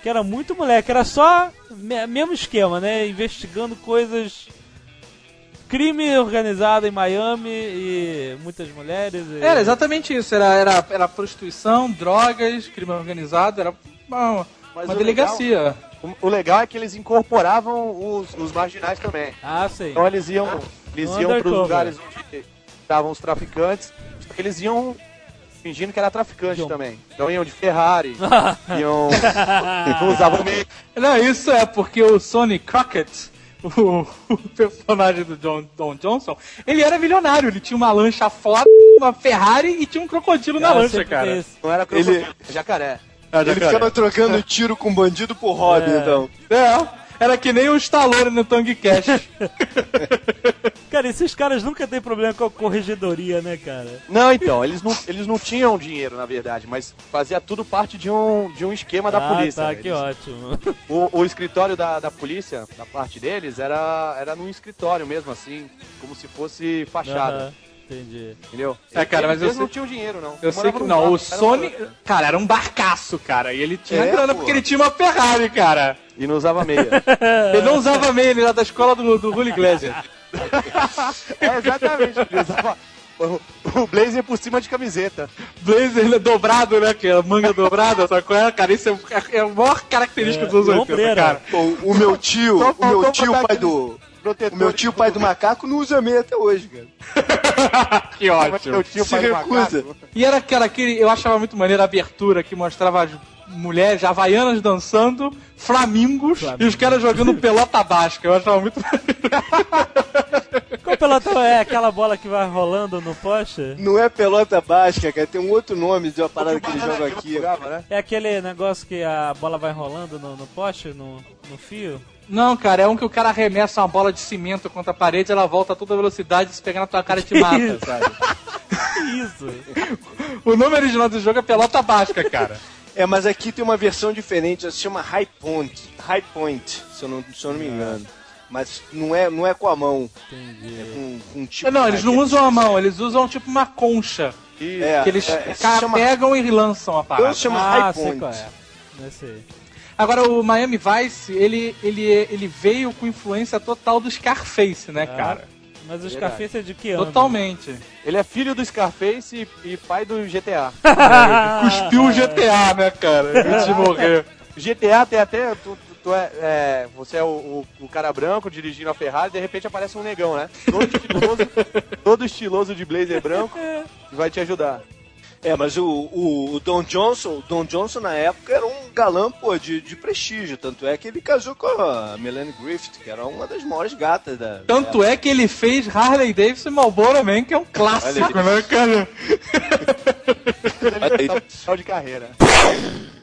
Speaker 2: que era muito moleque, era só me- mesmo esquema, né? Investigando coisas. Crime organizado em Miami e muitas mulheres. e-
Speaker 3: Era exatamente isso. Era, era, era prostituição, drogas, crime organizado, era uma,
Speaker 5: Mas
Speaker 3: uma
Speaker 5: o
Speaker 3: delegacia.
Speaker 5: O, o legal é que eles incorporavam os, os marginais também.
Speaker 2: Ah, sei.
Speaker 5: Então eles iam, eles
Speaker 2: No
Speaker 5: iam pros
Speaker 2: undercover.
Speaker 5: lugares onde estavam os traficantes, só que eles iam fingindo que era traficante
Speaker 2: Iam.
Speaker 5: também. Então iam de Ferrari, iam. não usavam meio.
Speaker 3: Não, isso é porque o Sonny Crockett, o, o personagem do John, Don Johnson, ele era milionário. Ele tinha uma lancha foda, uma Ferrari e tinha um crocodilo na
Speaker 2: Ah,
Speaker 3: lancha,
Speaker 2: sempre
Speaker 3: cara.
Speaker 2: tem esse.
Speaker 5: Não era
Speaker 4: Ele-
Speaker 5: crocodilo, era jacaré.
Speaker 4: Ele ficava trocando tiro com bandido por hobby,
Speaker 2: É.
Speaker 4: então.
Speaker 3: É, era que nem o Stallone no Tang Cash.
Speaker 2: Cara, esses caras nunca têm problema com a corregedoria, né, cara?
Speaker 5: Não, então, eles não, eles não tinham dinheiro, na verdade, mas fazia tudo parte de um, de um esquema da
Speaker 2: ah,
Speaker 5: polícia.
Speaker 2: tá,
Speaker 5: né?
Speaker 2: que
Speaker 5: Eles-
Speaker 2: ótimo.
Speaker 5: o, o escritório da, da polícia, da parte deles, era, era num escritório mesmo, assim, como se fosse fachada,
Speaker 2: Aham, entendi.
Speaker 5: entendeu?
Speaker 3: É, cara, mas eu
Speaker 5: eles
Speaker 3: sei-
Speaker 5: não tinham dinheiro, não. um
Speaker 3: Eu sei que não, o Sony. Cara, era um barcaço, cara. E ele tinha
Speaker 4: É,
Speaker 3: grana
Speaker 4: pô.
Speaker 3: porque ele tinha uma Ferrari, cara.
Speaker 5: E não usava meia.
Speaker 3: Ele não usava meia, ele era da escola do, do Julio Iglesias.
Speaker 5: É, exatamente. Ele usava o, o blazer por cima de camiseta.
Speaker 3: Blazer dobrado, né? Que é manga dobrada, sabe qual é? Cara, isso é, é a maior característica dos anos 80,
Speaker 2: ombreira.
Speaker 3: cara.
Speaker 4: Pô, o meu tio,
Speaker 5: Só
Speaker 4: o meu
Speaker 5: faltou
Speaker 4: tio,
Speaker 5: botar
Speaker 4: pai
Speaker 5: aquele
Speaker 4: do. O
Speaker 5: Protetor.
Speaker 4: meu tio, pai do macaco, não usa meia até hoje, cara.
Speaker 3: Que ótimo.
Speaker 5: Meu tio
Speaker 4: Se
Speaker 5: pai do
Speaker 4: recusa.
Speaker 5: macaco.
Speaker 3: E era aquela que eu achava muito maneira a abertura que mostrava as mulheres havaianas dançando, flamingos e os caras jogando pelota basca. Eu achava muito
Speaker 2: Qual pelotão é aquela bola que vai rolando no poste?
Speaker 4: Não é pelota basca, cara. Tem um outro nome de uma parada que ele joga aqui.
Speaker 5: Jogava, né?
Speaker 2: É aquele negócio que a bola vai rolando no, no poste, no, no fio?
Speaker 3: Não, cara, é um que o cara arremessa uma bola de cimento contra a parede, ela volta a toda velocidade, se pegar na tua cara e te mata, sabe?
Speaker 2: Que isso?
Speaker 3: O nome original do jogo é Pelota Basca, cara.
Speaker 4: É, mas aqui tem uma versão diferente, ela se chama High Point. High Point, se eu não, se eu não me engano. Mas não é, não é com a mão. É
Speaker 2: Entendi.
Speaker 4: com, com um tipo.
Speaker 3: Não, eles não
Speaker 4: raquete.
Speaker 3: usam a mão, eles usam tipo uma concha.
Speaker 5: E
Speaker 4: É,
Speaker 3: Que eles
Speaker 4: é, se
Speaker 3: ca-
Speaker 4: chama-
Speaker 3: pegam e lançam a
Speaker 4: Eu
Speaker 3: parada.
Speaker 4: chamo
Speaker 2: ah,
Speaker 4: High
Speaker 2: sei
Speaker 4: Point.
Speaker 2: qual é. Não sei.
Speaker 3: Agora, o Miami Vice, ele, ele, ele veio com influência total do Scarface, né,
Speaker 2: Ah,
Speaker 3: cara?
Speaker 2: Mas os
Speaker 5: Verdade.
Speaker 2: cafés é de que ano?
Speaker 3: Totalmente.
Speaker 5: ele é filho do Scarface e, e pai do GTA.
Speaker 3: Cuspiu o GTA, né, cara? Antes de morrer.
Speaker 5: GTA tem até. Tu, tu- tu é, é, você é o, o- o cara branco dirigindo a Ferrari, de repente aparece um negão, né? Todo estiloso, todo estiloso de blazer branco que vai te ajudar.
Speaker 4: É, mas o, o, o Don Johnson, o Don Johnson na época era um galã, pô, de, de prestígio. Tanto é que ele casou com a Melanie Griffith, que era uma das maiores gatas da.
Speaker 3: Tanto é que ele fez Harley Davidson e Marlboro Man, que é um clássico, né, cara?
Speaker 5: Ele tá no final de carreira.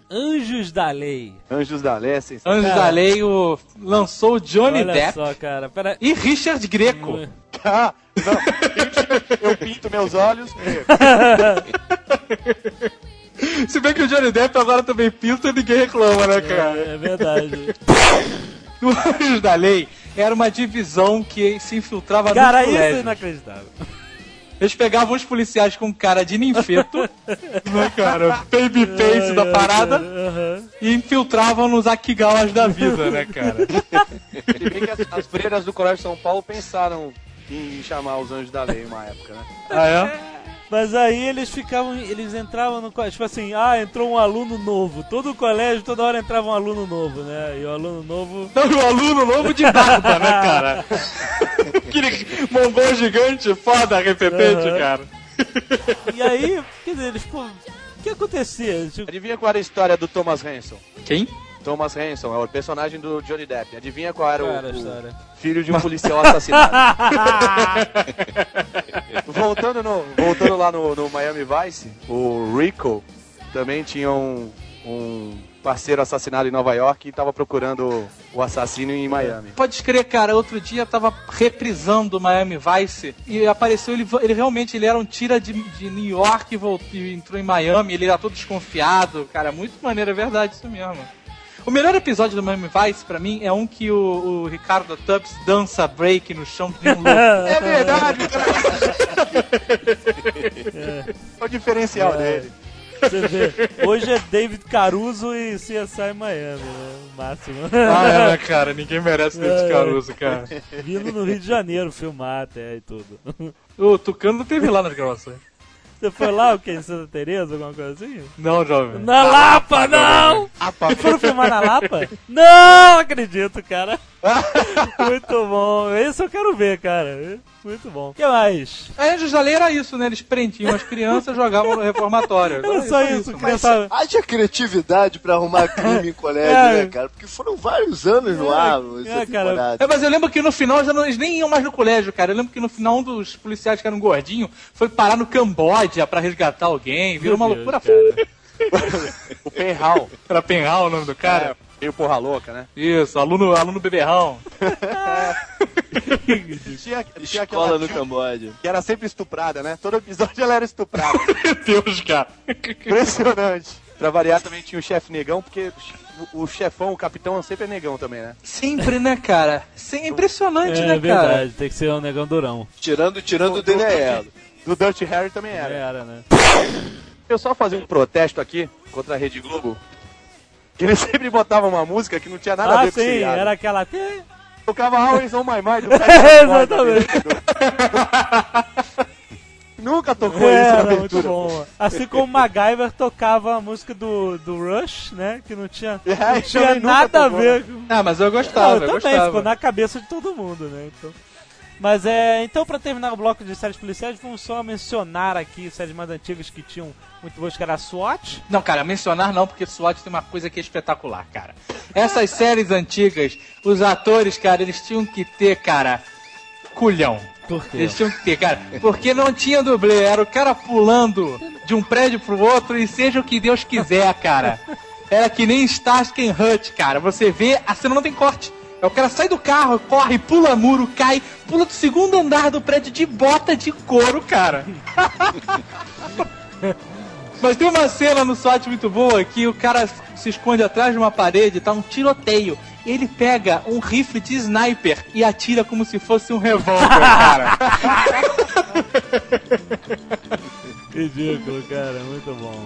Speaker 2: Anjos da Lei.
Speaker 5: Anjos da Lei, é sensacional.
Speaker 3: Anjos da Lei o- lançou Johnny
Speaker 2: Olha
Speaker 3: Depp
Speaker 2: só, cara. Pera...
Speaker 3: e Richard Greco.
Speaker 5: Ah, não, eu pinto meus olhos.
Speaker 3: Se bem que o Johnny Depp agora também pinta e ninguém reclama, né, cara?
Speaker 2: É verdade.
Speaker 3: No Anjos da Lei era uma divisão que se infiltrava
Speaker 2: Cara,
Speaker 3: no
Speaker 2: isso é
Speaker 3: colégio.
Speaker 2: inacreditável.
Speaker 3: Eles pegavam os policiais com cara de ninfeto, né, cara? Baby face da parada
Speaker 2: Aham.
Speaker 3: e infiltravam nos Akigawas da vida, né, cara?
Speaker 5: Se bem que as, as freiras do Colégio São Paulo pensaram em chamar os Anjos da Lei uma época, né?
Speaker 3: Ah, é?
Speaker 2: Mas aí eles ficavam, eles entravam no colégio, tipo assim, ah, entrou um aluno novo. Todo o colégio, toda hora entrava um aluno novo, né? E o aluno novo.
Speaker 3: Então, o aluno novo de barba, né, cara? Aquele mongol gigante foda, arrependente,
Speaker 2: Aham.
Speaker 3: cara.
Speaker 2: E aí, quer dizer, eles, pô, o que acontecia? Tipo,
Speaker 5: Adivinha qual era a história do Thomas Hanson?
Speaker 3: Quem?
Speaker 5: Thomas Hanson é o personagem do Johnny Depp. Adivinha qual era,
Speaker 2: qual
Speaker 5: o-
Speaker 2: era a
Speaker 5: o,
Speaker 2: história?
Speaker 5: filho de um policial assassinado. voltando, no, voltando lá no, no Miami Vice, o Rico também tinha um, um parceiro assassinado em Nova York e estava procurando o assassino em Miami.
Speaker 3: Pode crer, cara, outro dia eu tava reprisando o Miami Vice e apareceu ele, ele realmente, ele era um tira de, de New York e, voltou, e entrou em Miami, ele era todo desconfiado, cara, muito maneiro, é verdade isso mesmo. O melhor episódio do Miami Vice, pra mim, é um que o, o Ricardo Tubbs dança break no chão que nem um louco.
Speaker 5: É verdade, cara. É o diferencial dele.
Speaker 2: Você vê, hoje é David Caruso e CSI Miami, né? O máximo. É,
Speaker 3: Ah, é, né, cara, ninguém merece David Caruso, cara.
Speaker 2: Vindo no Rio de Janeiro filmar até e tudo.
Speaker 3: O Tucano não teve lá nas gravações.
Speaker 2: Você foi lá o que? Em Santa Teresa, alguma coisa assim?
Speaker 3: Não, jovem.
Speaker 2: Na Lapa,
Speaker 3: né?
Speaker 2: não! Ah,
Speaker 5: Apa-
Speaker 2: Foram filmar na Lapa? Não acredito, cara. Muito bom. Esse eu quero ver, cara. Muito bom. O que mais?
Speaker 3: A Anjos da Lei É, era isso, né? Eles prendiam as crianças e jogavam no reformatório.
Speaker 2: Era só isso,
Speaker 3: mano.
Speaker 2: criança.
Speaker 4: Haja criatividade pra arrumar crime em colégio,
Speaker 2: É.
Speaker 4: né, cara? Porque foram vários anos no ar, essa
Speaker 2: é, cara.
Speaker 4: temporada.
Speaker 3: É, mas eu lembro que no final já não- eles nem iam mais no colégio, cara. Eu lembro que no final um dos policiais que era um gordinho foi parar no Camboja pra resgatar alguém. Virou uma
Speaker 2: Meu
Speaker 3: loucura
Speaker 2: Deus,
Speaker 3: foda.
Speaker 5: O Penhal.
Speaker 3: Era Penhal o nome do cara?
Speaker 2: É.
Speaker 5: Cara, meio porra louca, né?
Speaker 3: Isso, aluno, aluno beberrão.
Speaker 5: Tinha, tinha
Speaker 4: Escola
Speaker 5: É aquela
Speaker 4: no
Speaker 5: tia
Speaker 4: Camboja.
Speaker 5: que era sempre estuprada, né? Todo episódio ela era estuprada.
Speaker 3: Meu Deus, cara.
Speaker 5: Impressionante. Pra variar também tinha o chefe negão, porque o o chefão, o capitão sempre é negão também, né?
Speaker 3: Sempre, né, cara? Sem- É impressionante, né,
Speaker 2: É
Speaker 3: cara?
Speaker 2: verdade, tem que ser um negão durão.
Speaker 4: Tirando, tirando o DNL.
Speaker 5: Do Dirty Harry também era.
Speaker 2: Era, né?
Speaker 5: Eu só fazer um protesto aqui contra a Rede Globo. Que eles sempre botavam uma música que não tinha nada a
Speaker 2: Ah,
Speaker 5: ver com o
Speaker 2: sim,
Speaker 5: seriado.
Speaker 2: era aquela.
Speaker 5: Tocava Always on My Mind. do
Speaker 2: Exatamente.
Speaker 5: Nunca tocou isso na
Speaker 2: É, Era muito
Speaker 5: abertura.
Speaker 2: bom. Assim como MacGyver tocava a música do, do Rush, né? Que não tinha,
Speaker 5: É,
Speaker 2: não
Speaker 5: isso
Speaker 2: tinha
Speaker 5: também nunca
Speaker 2: nada a
Speaker 5: tocou, né?
Speaker 2: ver com.
Speaker 3: Ah, mas eu
Speaker 2: Não,
Speaker 3: gostava,
Speaker 2: eu
Speaker 3: eu,
Speaker 2: também, ficou
Speaker 3: gostava.
Speaker 2: na cabeça de todo mundo, né? Então... Mas é. Então, pra terminar o bloco de séries policiais, vamos só mencionar aqui séries mais antigas que tinham muito boas, que era a SWAT.
Speaker 3: Não, cara, mencionar não, porque SWAT tem uma coisa que é espetacular, cara. Essas séries antigas, os atores, cara, eles tinham que ter, cara, culhão.
Speaker 2: Por quê?
Speaker 3: Eles tinham que ter, cara. Porque não tinha dublê, era o cara pulando de um prédio pro outro e seja o que Deus quiser, cara. Era que nem Starsky and Hutch, cara. Você vê, a cena não tem corte. É o cara sai do carro, corre, pula muro, cai, pula do segundo andar do prédio de bota de couro, cara. Mas tem uma cena no SWAT muito boa que o cara se esconde atrás de uma parede, tá um tiroteio. Ele pega um rifle de sniper e atira como se fosse um revólver, cara.
Speaker 2: Ridículo, cara, muito bom.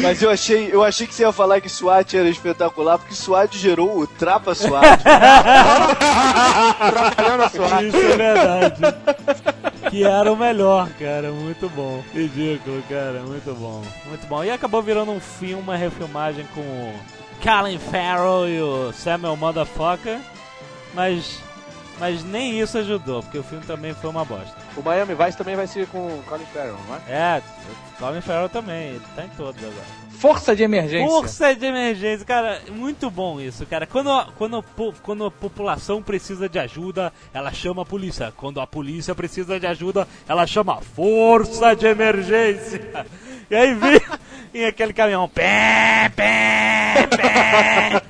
Speaker 4: Mas eu achei, eu achei que você ia falar que SWAT era espetacular, porque SWAT gerou o Trapa SWAT.
Speaker 2: Isso é verdade. Que era o melhor, cara, muito bom. Ridículo, cara, muito bom. Muito bom. E acabou virando um filme, uma refilmagem com o Colin Farrell e o Samuel Motherfucker. Mas, mas nem isso ajudou, porque o filme também foi uma bosta.
Speaker 5: O Miami Vice também vai ser com o Colin Farrell, não é?
Speaker 2: É, o Colin Farrell também, ele tá em todos agora.
Speaker 3: Força de emergência.
Speaker 2: Força de emergência, cara, muito bom isso, cara. Quando, a- quando, a po- quando a população precisa de ajuda, ela chama a polícia. Quando a polícia precisa de ajuda, ela chama a força de emergência. E aí vem, e aquele caminhão. Pé, pé, pé.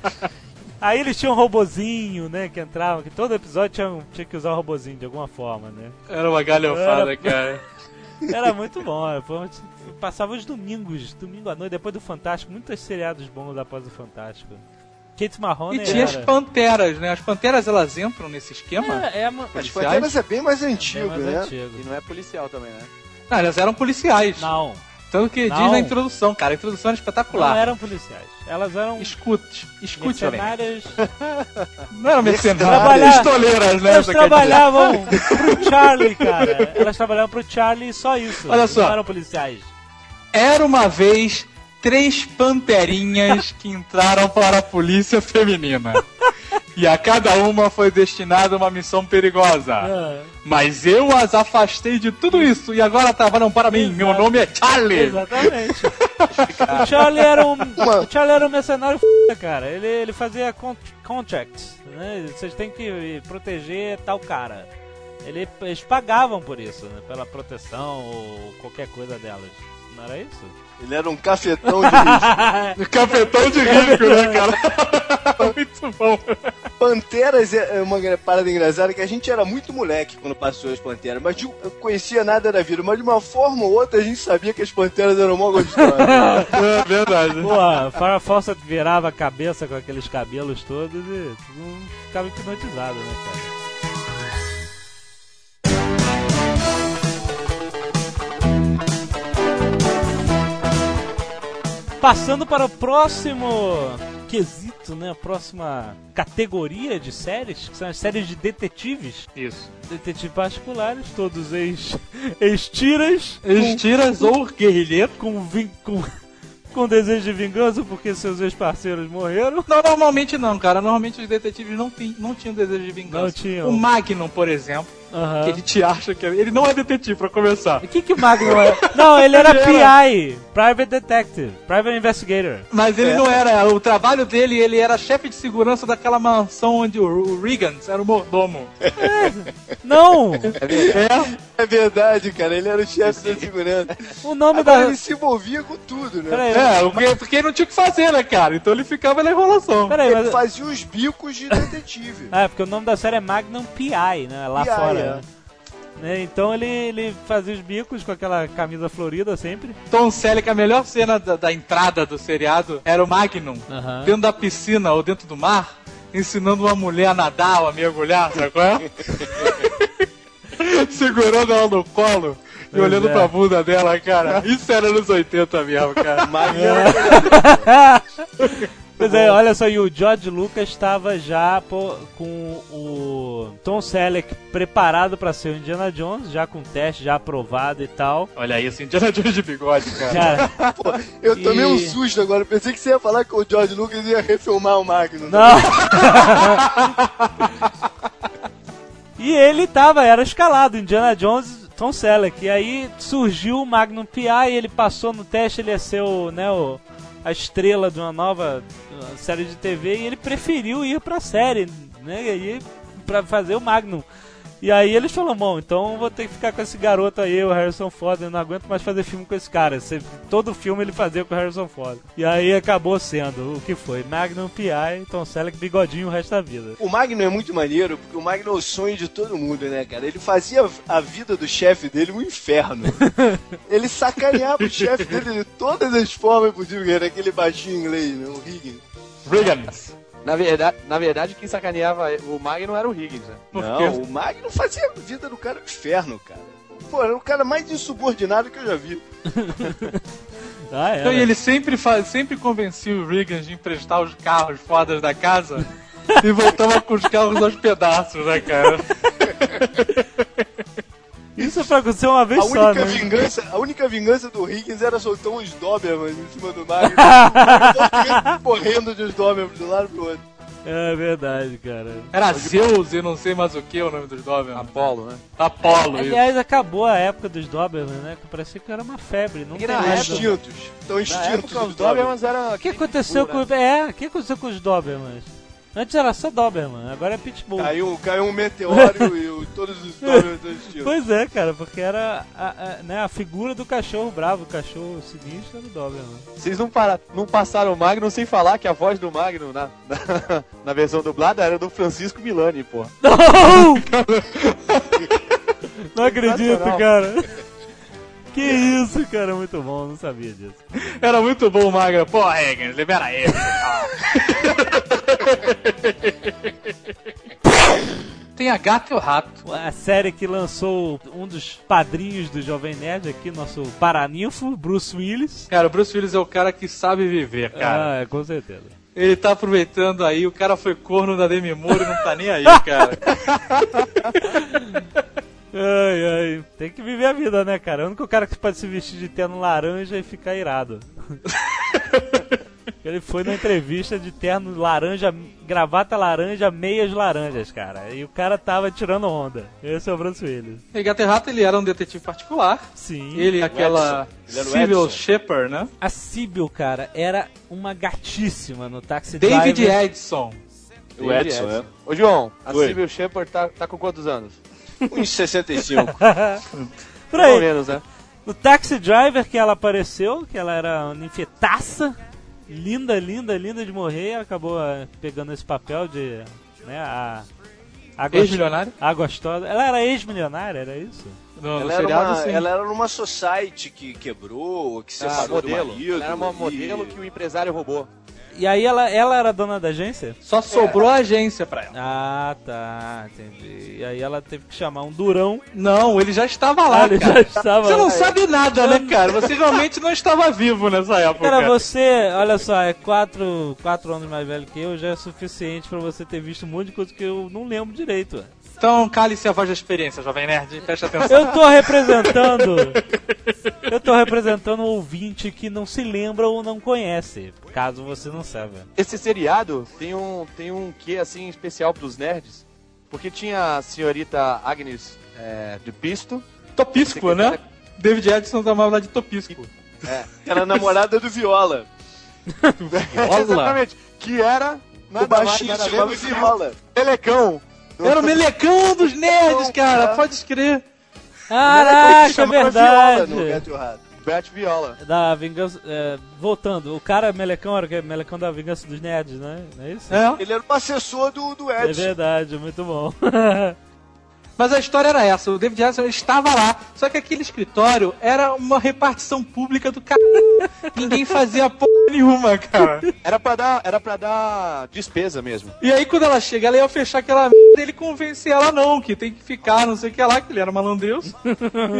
Speaker 2: Aí eles tinham um robozinho, né? Que entrava, que todo episódio tinha, um- tinha que usar o robozinho de alguma forma, né?
Speaker 3: Era uma galhofada,
Speaker 2: Era-
Speaker 3: cara.
Speaker 2: Era muito bom. era- foi- um, Passava os domingos, domingo à noite, depois do Fantástico, muitos seriados bons após o Fantástico. Kate Marrone
Speaker 3: E tinha as
Speaker 2: era-
Speaker 3: panteras, né? As panteras elas entram nesse esquema?
Speaker 2: É, é, uma-
Speaker 4: Mas
Speaker 3: Policiais?
Speaker 4: Panteras é bem mais
Speaker 2: é
Speaker 4: antigo,
Speaker 2: mais
Speaker 4: né?
Speaker 5: E
Speaker 2: antigo.
Speaker 5: não é policial também, né?
Speaker 3: Não, elas eram policiais.
Speaker 2: Não,
Speaker 3: Tanto que diz
Speaker 2: Não.
Speaker 3: na introdução, cara. A introdução era
Speaker 2: não
Speaker 3: espetacular.
Speaker 2: eram policiais. Elas eram
Speaker 3: Escute, escute, Alencar.
Speaker 2: mercenárias.
Speaker 3: Não eram mercenárias,
Speaker 2: Trabalhar-
Speaker 3: pistoleiras, né?
Speaker 2: Elas
Speaker 3: você quer dizer.
Speaker 2: trabalhavam pro Charlie, cara. Elas trabalhavam pro Charlie e só isso.
Speaker 3: Olha só.
Speaker 2: Não eram policiais.
Speaker 3: Era uma vez três panterinhas que entraram para a polícia feminina. E a cada uma foi destinada uma missão perigosa.
Speaker 2: Ah,
Speaker 3: Mas eu as afastei de tudo isso e agora trabalham para mim. Meu
Speaker 2: Exato.
Speaker 3: nome é Charlie.
Speaker 2: exatamente. o Charlie era um. O Charlie era um mercenário f***, cara. Ele, ele fazia con contracts. Né? Vocês têm que proteger tal cara. Ele, eles pagavam por isso, né? Pela proteção ou qualquer coisa delas. Não era isso?
Speaker 4: Ele era um cafetão de
Speaker 3: Cafetão de rico, né, cara? Muito bom.
Speaker 4: Panteras é é uma gra- parada engraçada que a gente era muito moleque quando passou as Panteras, mas de- um, eu conhecia nada da vida, mas de uma forma ou outra a gente sabia que as Panteras eram mó gostosas.
Speaker 3: É verdade.
Speaker 2: Pô, Farrah Fawcett virava a cabeça com aqueles cabelos todos e todo mundo ficava hipnotizado, né, cara? Passando para o próximo quesito, né? A próxima categoria de séries, que são as séries de detetives.
Speaker 3: Isso.
Speaker 2: Detetives particulares, todos ex- ex-tiras.
Speaker 3: Estiras ou guerrilheiro.
Speaker 2: é com, vin- com, com desejo de vingança porque seus ex-parceiros morreram.
Speaker 3: Não, normalmente não, cara. Normalmente os detetives não, tem, não tinham desejo de vingança.
Speaker 2: Não tinham.
Speaker 3: O Magnum, por exemplo, que
Speaker 2: Aham.
Speaker 3: ele te acha que é... Ele não é detetive, pra começar.
Speaker 2: O que que o Magno é? Não, ele era PI, Private Detective, Private Investigator.
Speaker 3: Mas ele não era. O trabalho dele, ele era chefe de segurança daquela mansão onde o, o Regans era o mordomo.
Speaker 2: Não,
Speaker 4: é verdade, cara, ele era o chefe da segurança.
Speaker 2: o nome
Speaker 4: Agora
Speaker 2: da...
Speaker 4: ele se envolvia com tudo, né?
Speaker 2: Peraí,
Speaker 3: É, o que- porque ele não tinha o que fazer, né, cara? Então ele ficava na enrolação.
Speaker 2: peraí,
Speaker 4: Ele
Speaker 2: mas...
Speaker 4: fazia os bicos de detetive.
Speaker 2: Ah, porque o nome da série é Magnum PI, né, lá
Speaker 4: PI, é.
Speaker 2: fora. né? Né, Então ele, ele fazia os bicos com aquela camisa florida sempre.
Speaker 3: Tom Selleck, a melhor cena da, da entrada do seriado era o Magnum,
Speaker 2: Aham.
Speaker 3: dentro da piscina ou dentro do mar, ensinando uma mulher a nadar ou a mergulhar, sabe qual é? Segurando ela no colo e
Speaker 2: Pois
Speaker 3: olhando
Speaker 2: é.
Speaker 3: pra bunda dela, cara. Isso era nos 80 mesmo, cara.
Speaker 2: Pois é, olha só, e o George Lucas estava já pô, com o Tom Selleck preparado para ser o Indiana Jones, já com teste, já aprovado e tal.
Speaker 3: Olha isso, Indiana Jones de bigode, cara.
Speaker 2: Cara,
Speaker 4: Pô, eu tomei um
Speaker 2: E-
Speaker 4: susto agora, pensei que você ia falar que o George Lucas ia refilmar o né? Magnum.
Speaker 2: não! e ele tava, era escalado, Indiana Jones, Tom Selleck. E aí surgiu o Magnum P.I., ele passou no teste, ele ia ser o, né, o- a estrela de uma nova uh, série de TV, e ele preferiu ir pra série, né, e aí pra fazer o Magnum. E aí eles falaram, bom, então vou ter que ficar com esse garoto aí, o Harrison Ford, eu não aguento mais fazer filme com esse cara. Se- Todo filme ele fazia com o Harrison Ford. E aí acabou sendo o que foi, Magnum P.I., Tom Selleck, bigodinho o resto da vida.
Speaker 4: O Magno é muito maneiro, porque o Magno é o sonho de todo mundo, né, cara? Ele fazia a vida do chefe dele um inferno. ele sacaneava o chefe dele de todas as formas possíveis, era aquele baixinho inglês, né? O Higgins.
Speaker 3: Regans.
Speaker 5: Na verdade, na verdade, quem sacaneava o Magno era o Higgins, né?
Speaker 3: Por
Speaker 4: não,
Speaker 3: quê?
Speaker 4: o Magno fazia a vida do cara um inferno, cara. Pô, era o cara mais insubordinado que eu já vi.
Speaker 2: Ah, é.
Speaker 3: Então, e ele sempre, fa- sempre convencia o Regans de emprestar os carros fodas da casa e voltava com os carros aos pedaços, né, cara?
Speaker 2: Isso foi acontecer uma vez
Speaker 4: A
Speaker 2: só,
Speaker 4: única,
Speaker 2: né?
Speaker 4: vingança, a única vingança do Higgins era soltar uns Doberman em cima do Magno. correndo de uns Doberman de um lado pro outro.
Speaker 2: É verdade, cara.
Speaker 3: Era Zeus e não sei mais o que o nome dos Doberman.
Speaker 5: Apolo, né?
Speaker 3: Apolo, isso.
Speaker 2: Aliás, acabou a época dos Doberman, né? Que parecia que era uma febre, não tem
Speaker 5: na
Speaker 2: mais
Speaker 5: época-
Speaker 2: Doberman.
Speaker 4: Extintos. Estão
Speaker 5: Na
Speaker 4: extintos
Speaker 5: época, os
Speaker 4: os Doberman.
Speaker 5: Dobermans eram...
Speaker 2: O que aconteceu com é, o que aconteceu com os Dobermans? Antes era só Doberman, agora é Pitbull.
Speaker 4: Caiu, caiu um meteoro e o- todos os Dobermans existiram.
Speaker 2: Pois é, cara, porque era a, a- né, a figura do cachorro bravo, o cachorro sinistro era o Doberman.
Speaker 5: Vocês não, para, não passaram o Magno sem falar que a voz do Magno na, na, na versão dublada era do Francisco Milani, pô.
Speaker 2: Não acredito,
Speaker 5: Sensacional.
Speaker 2: cara. Que isso, cara, muito bom, não sabia disso.
Speaker 3: Era muito bom o Magra. Pô, Regan, libera ele. Tem a gata e o rato.
Speaker 2: A série que lançou um dos padrinhos do Jovem Nerd aqui, nosso paraninfo, Bruce Willis.
Speaker 3: Cara, o Bruce Willis é o cara que sabe viver, cara.
Speaker 2: Ah, com certeza.
Speaker 3: Ele tá aproveitando aí, o cara foi corno da Demi Moore e não tá nem aí, cara.
Speaker 2: Ai, ai. Tem que viver a vida, né, cara? É o único cara que pode se vestir de terno laranja e ficar irado. Ele foi na entrevista de terno laranja, gravata laranja, meias laranjas, cara. E o cara tava tirando onda. Esse é o Bruce Willis.
Speaker 3: E Gato e Rato, ele era um detetive particular.
Speaker 2: Sim.
Speaker 3: Ele, é aquela
Speaker 4: Ele era o
Speaker 3: Sybil
Speaker 4: Edson.
Speaker 3: Shepherd, né?
Speaker 2: A Sibyl, cara, era uma gatíssima no Taxi
Speaker 3: David
Speaker 2: Driver.
Speaker 3: Edson.
Speaker 4: O Edson, é.
Speaker 5: Ô, João, a
Speaker 4: Oi.
Speaker 5: Sybil Shepard tá, tá com quantos anos?
Speaker 4: Uns 65.
Speaker 2: Por
Speaker 5: Pelo
Speaker 2: aí.
Speaker 5: menos, né?
Speaker 2: No Taxi Driver que ela apareceu, que ela era uma ninfetaça, linda, linda, linda de morrer, e ela acabou eh, pegando esse papel de, né, a... a gos-
Speaker 3: Ex-milionário?
Speaker 2: A gostosa. Ela era ex-milionária, era isso?
Speaker 5: um
Speaker 3: No, no
Speaker 4: Ela era,
Speaker 3: seriado,
Speaker 4: uma,
Speaker 3: sim.
Speaker 4: ela era numa society que quebrou, que separou
Speaker 5: Ah, modelo.
Speaker 4: do marido.
Speaker 5: Ela era uma
Speaker 4: um e-
Speaker 5: modelo que o empresário roubou.
Speaker 2: E aí ela, ela era dona da agência?
Speaker 4: é.
Speaker 3: Só sobrou a agência pra ela.
Speaker 2: Ah, tá, entendi. E aí ela teve que chamar um durão.
Speaker 3: Não, ele já estava lá,
Speaker 2: Ah, ele
Speaker 3: cara.
Speaker 2: já estava
Speaker 3: Você não
Speaker 4: é.
Speaker 2: lá.
Speaker 3: sabe nada, né, cara? Você realmente não estava vivo nessa época.
Speaker 2: Cara, você, olha só, é quatro, quatro anos mais velho que eu, já é suficiente pra você ter visto um monte de coisa que eu não lembro direito.
Speaker 3: Então cale-se a voz da experiência, jovem nerd. Presta atenção.
Speaker 2: Eu tô representando. eu tô representando um ouvinte que não se lembra ou não conhece, caso você não saiba.
Speaker 5: Esse seriado tem um, tem um quê, assim, especial pros nerds, porque tinha a senhorita Agnes é, de Pisto.
Speaker 3: Topisco, né? David Edson chamava lá de Topisco.
Speaker 4: Era a namorada do Viola.
Speaker 5: Exatamente. Que era... nada
Speaker 4: o baixinho
Speaker 5: mais, nada
Speaker 4: chamava
Speaker 5: menos que
Speaker 4: Viola.
Speaker 5: o Telecão.
Speaker 3: Era o melecão dos nerds, cara. Pode crer.
Speaker 2: Caraca, é
Speaker 4: Chamava
Speaker 2: verdade.
Speaker 4: Viola no Gato e o Rato.
Speaker 5: Bert Viola.
Speaker 2: Da vingança. é, voltando, o cara é melecão era o que? Melecão da vingança dos nerds, né? Não é isso?
Speaker 3: É.
Speaker 4: Ele era um assessor do, do
Speaker 2: É
Speaker 4: Edson.
Speaker 2: verdade, muito bom.
Speaker 3: Mas a história era essa. O David Edson estava lá. Só que aquele escritório era uma repartição pública do cara. Ninguém fazia porra nenhuma, cara.
Speaker 5: Era pra dar, era pra dar despesa mesmo.
Speaker 3: E aí quando ela chega, ela ia fechar aquela merda, ele convence ela não, que tem que ficar, não sei o que lá, que ele era malandreus.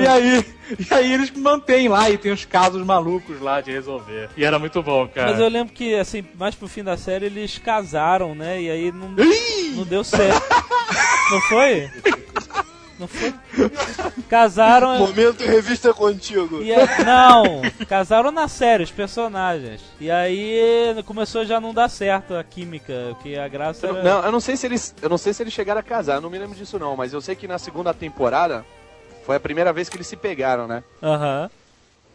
Speaker 3: e aí, e aí eles mantêm lá e tem os casos malucos lá de resolver. E era muito bom, cara.
Speaker 2: Mas eu lembro que, assim, mais pro fim da série eles casaram, né? E aí não, não deu certo. não foi? Não foi? Casaram.
Speaker 4: Momento revista contigo.
Speaker 2: E aí, não, casaram na série, os personagens. E aí começou já a não dar certo a química, porque a graça era...
Speaker 5: Não, eu não sei se eles, eu não sei se eles chegaram a casar, eu não me lembro disso não, mas eu sei que na segunda temporada foi a primeira vez que eles se pegaram, né?
Speaker 2: Aham.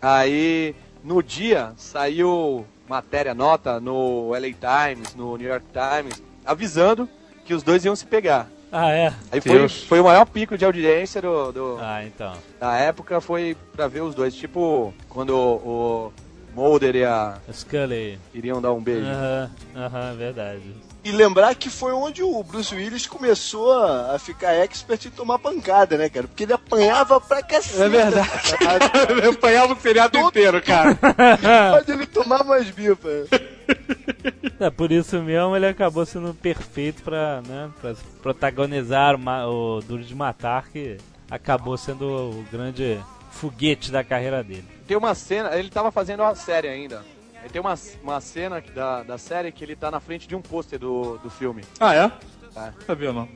Speaker 5: Aí no dia saiu matéria nota no LA Times, no New York Times, avisando que os dois iam se pegar.
Speaker 2: Ah, é?
Speaker 5: Aí foi, foi o maior pico de audiência do, do-
Speaker 2: Ah, então.
Speaker 5: da época foi pra ver os dois, tipo quando o, o Mulder e a
Speaker 2: Scully.
Speaker 5: iriam dar um beijo.
Speaker 2: Aham, aham, é verdade.
Speaker 4: E lembrar que foi onde o Bruce Willis começou a a ficar expert e tomar pancada, né, cara? Porque ele apanhava pra cacete.
Speaker 3: É verdade.
Speaker 4: cara.
Speaker 3: eu apanhava o feriado inteiro, cara.
Speaker 4: Mas ele tomava as bipas.
Speaker 2: É, por isso mesmo ele acabou sendo perfeito pra, né, pra protagonizar o, ma- o Duro de Matar, que acabou sendo o grande foguete da carreira dele.
Speaker 5: Tem uma cena, ele tava fazendo a série ainda. Aí Tem uma, uma cena da, da série que ele tá na frente de um pôster do, do filme.
Speaker 3: Ah, é?
Speaker 5: Tá.
Speaker 3: Sabia não.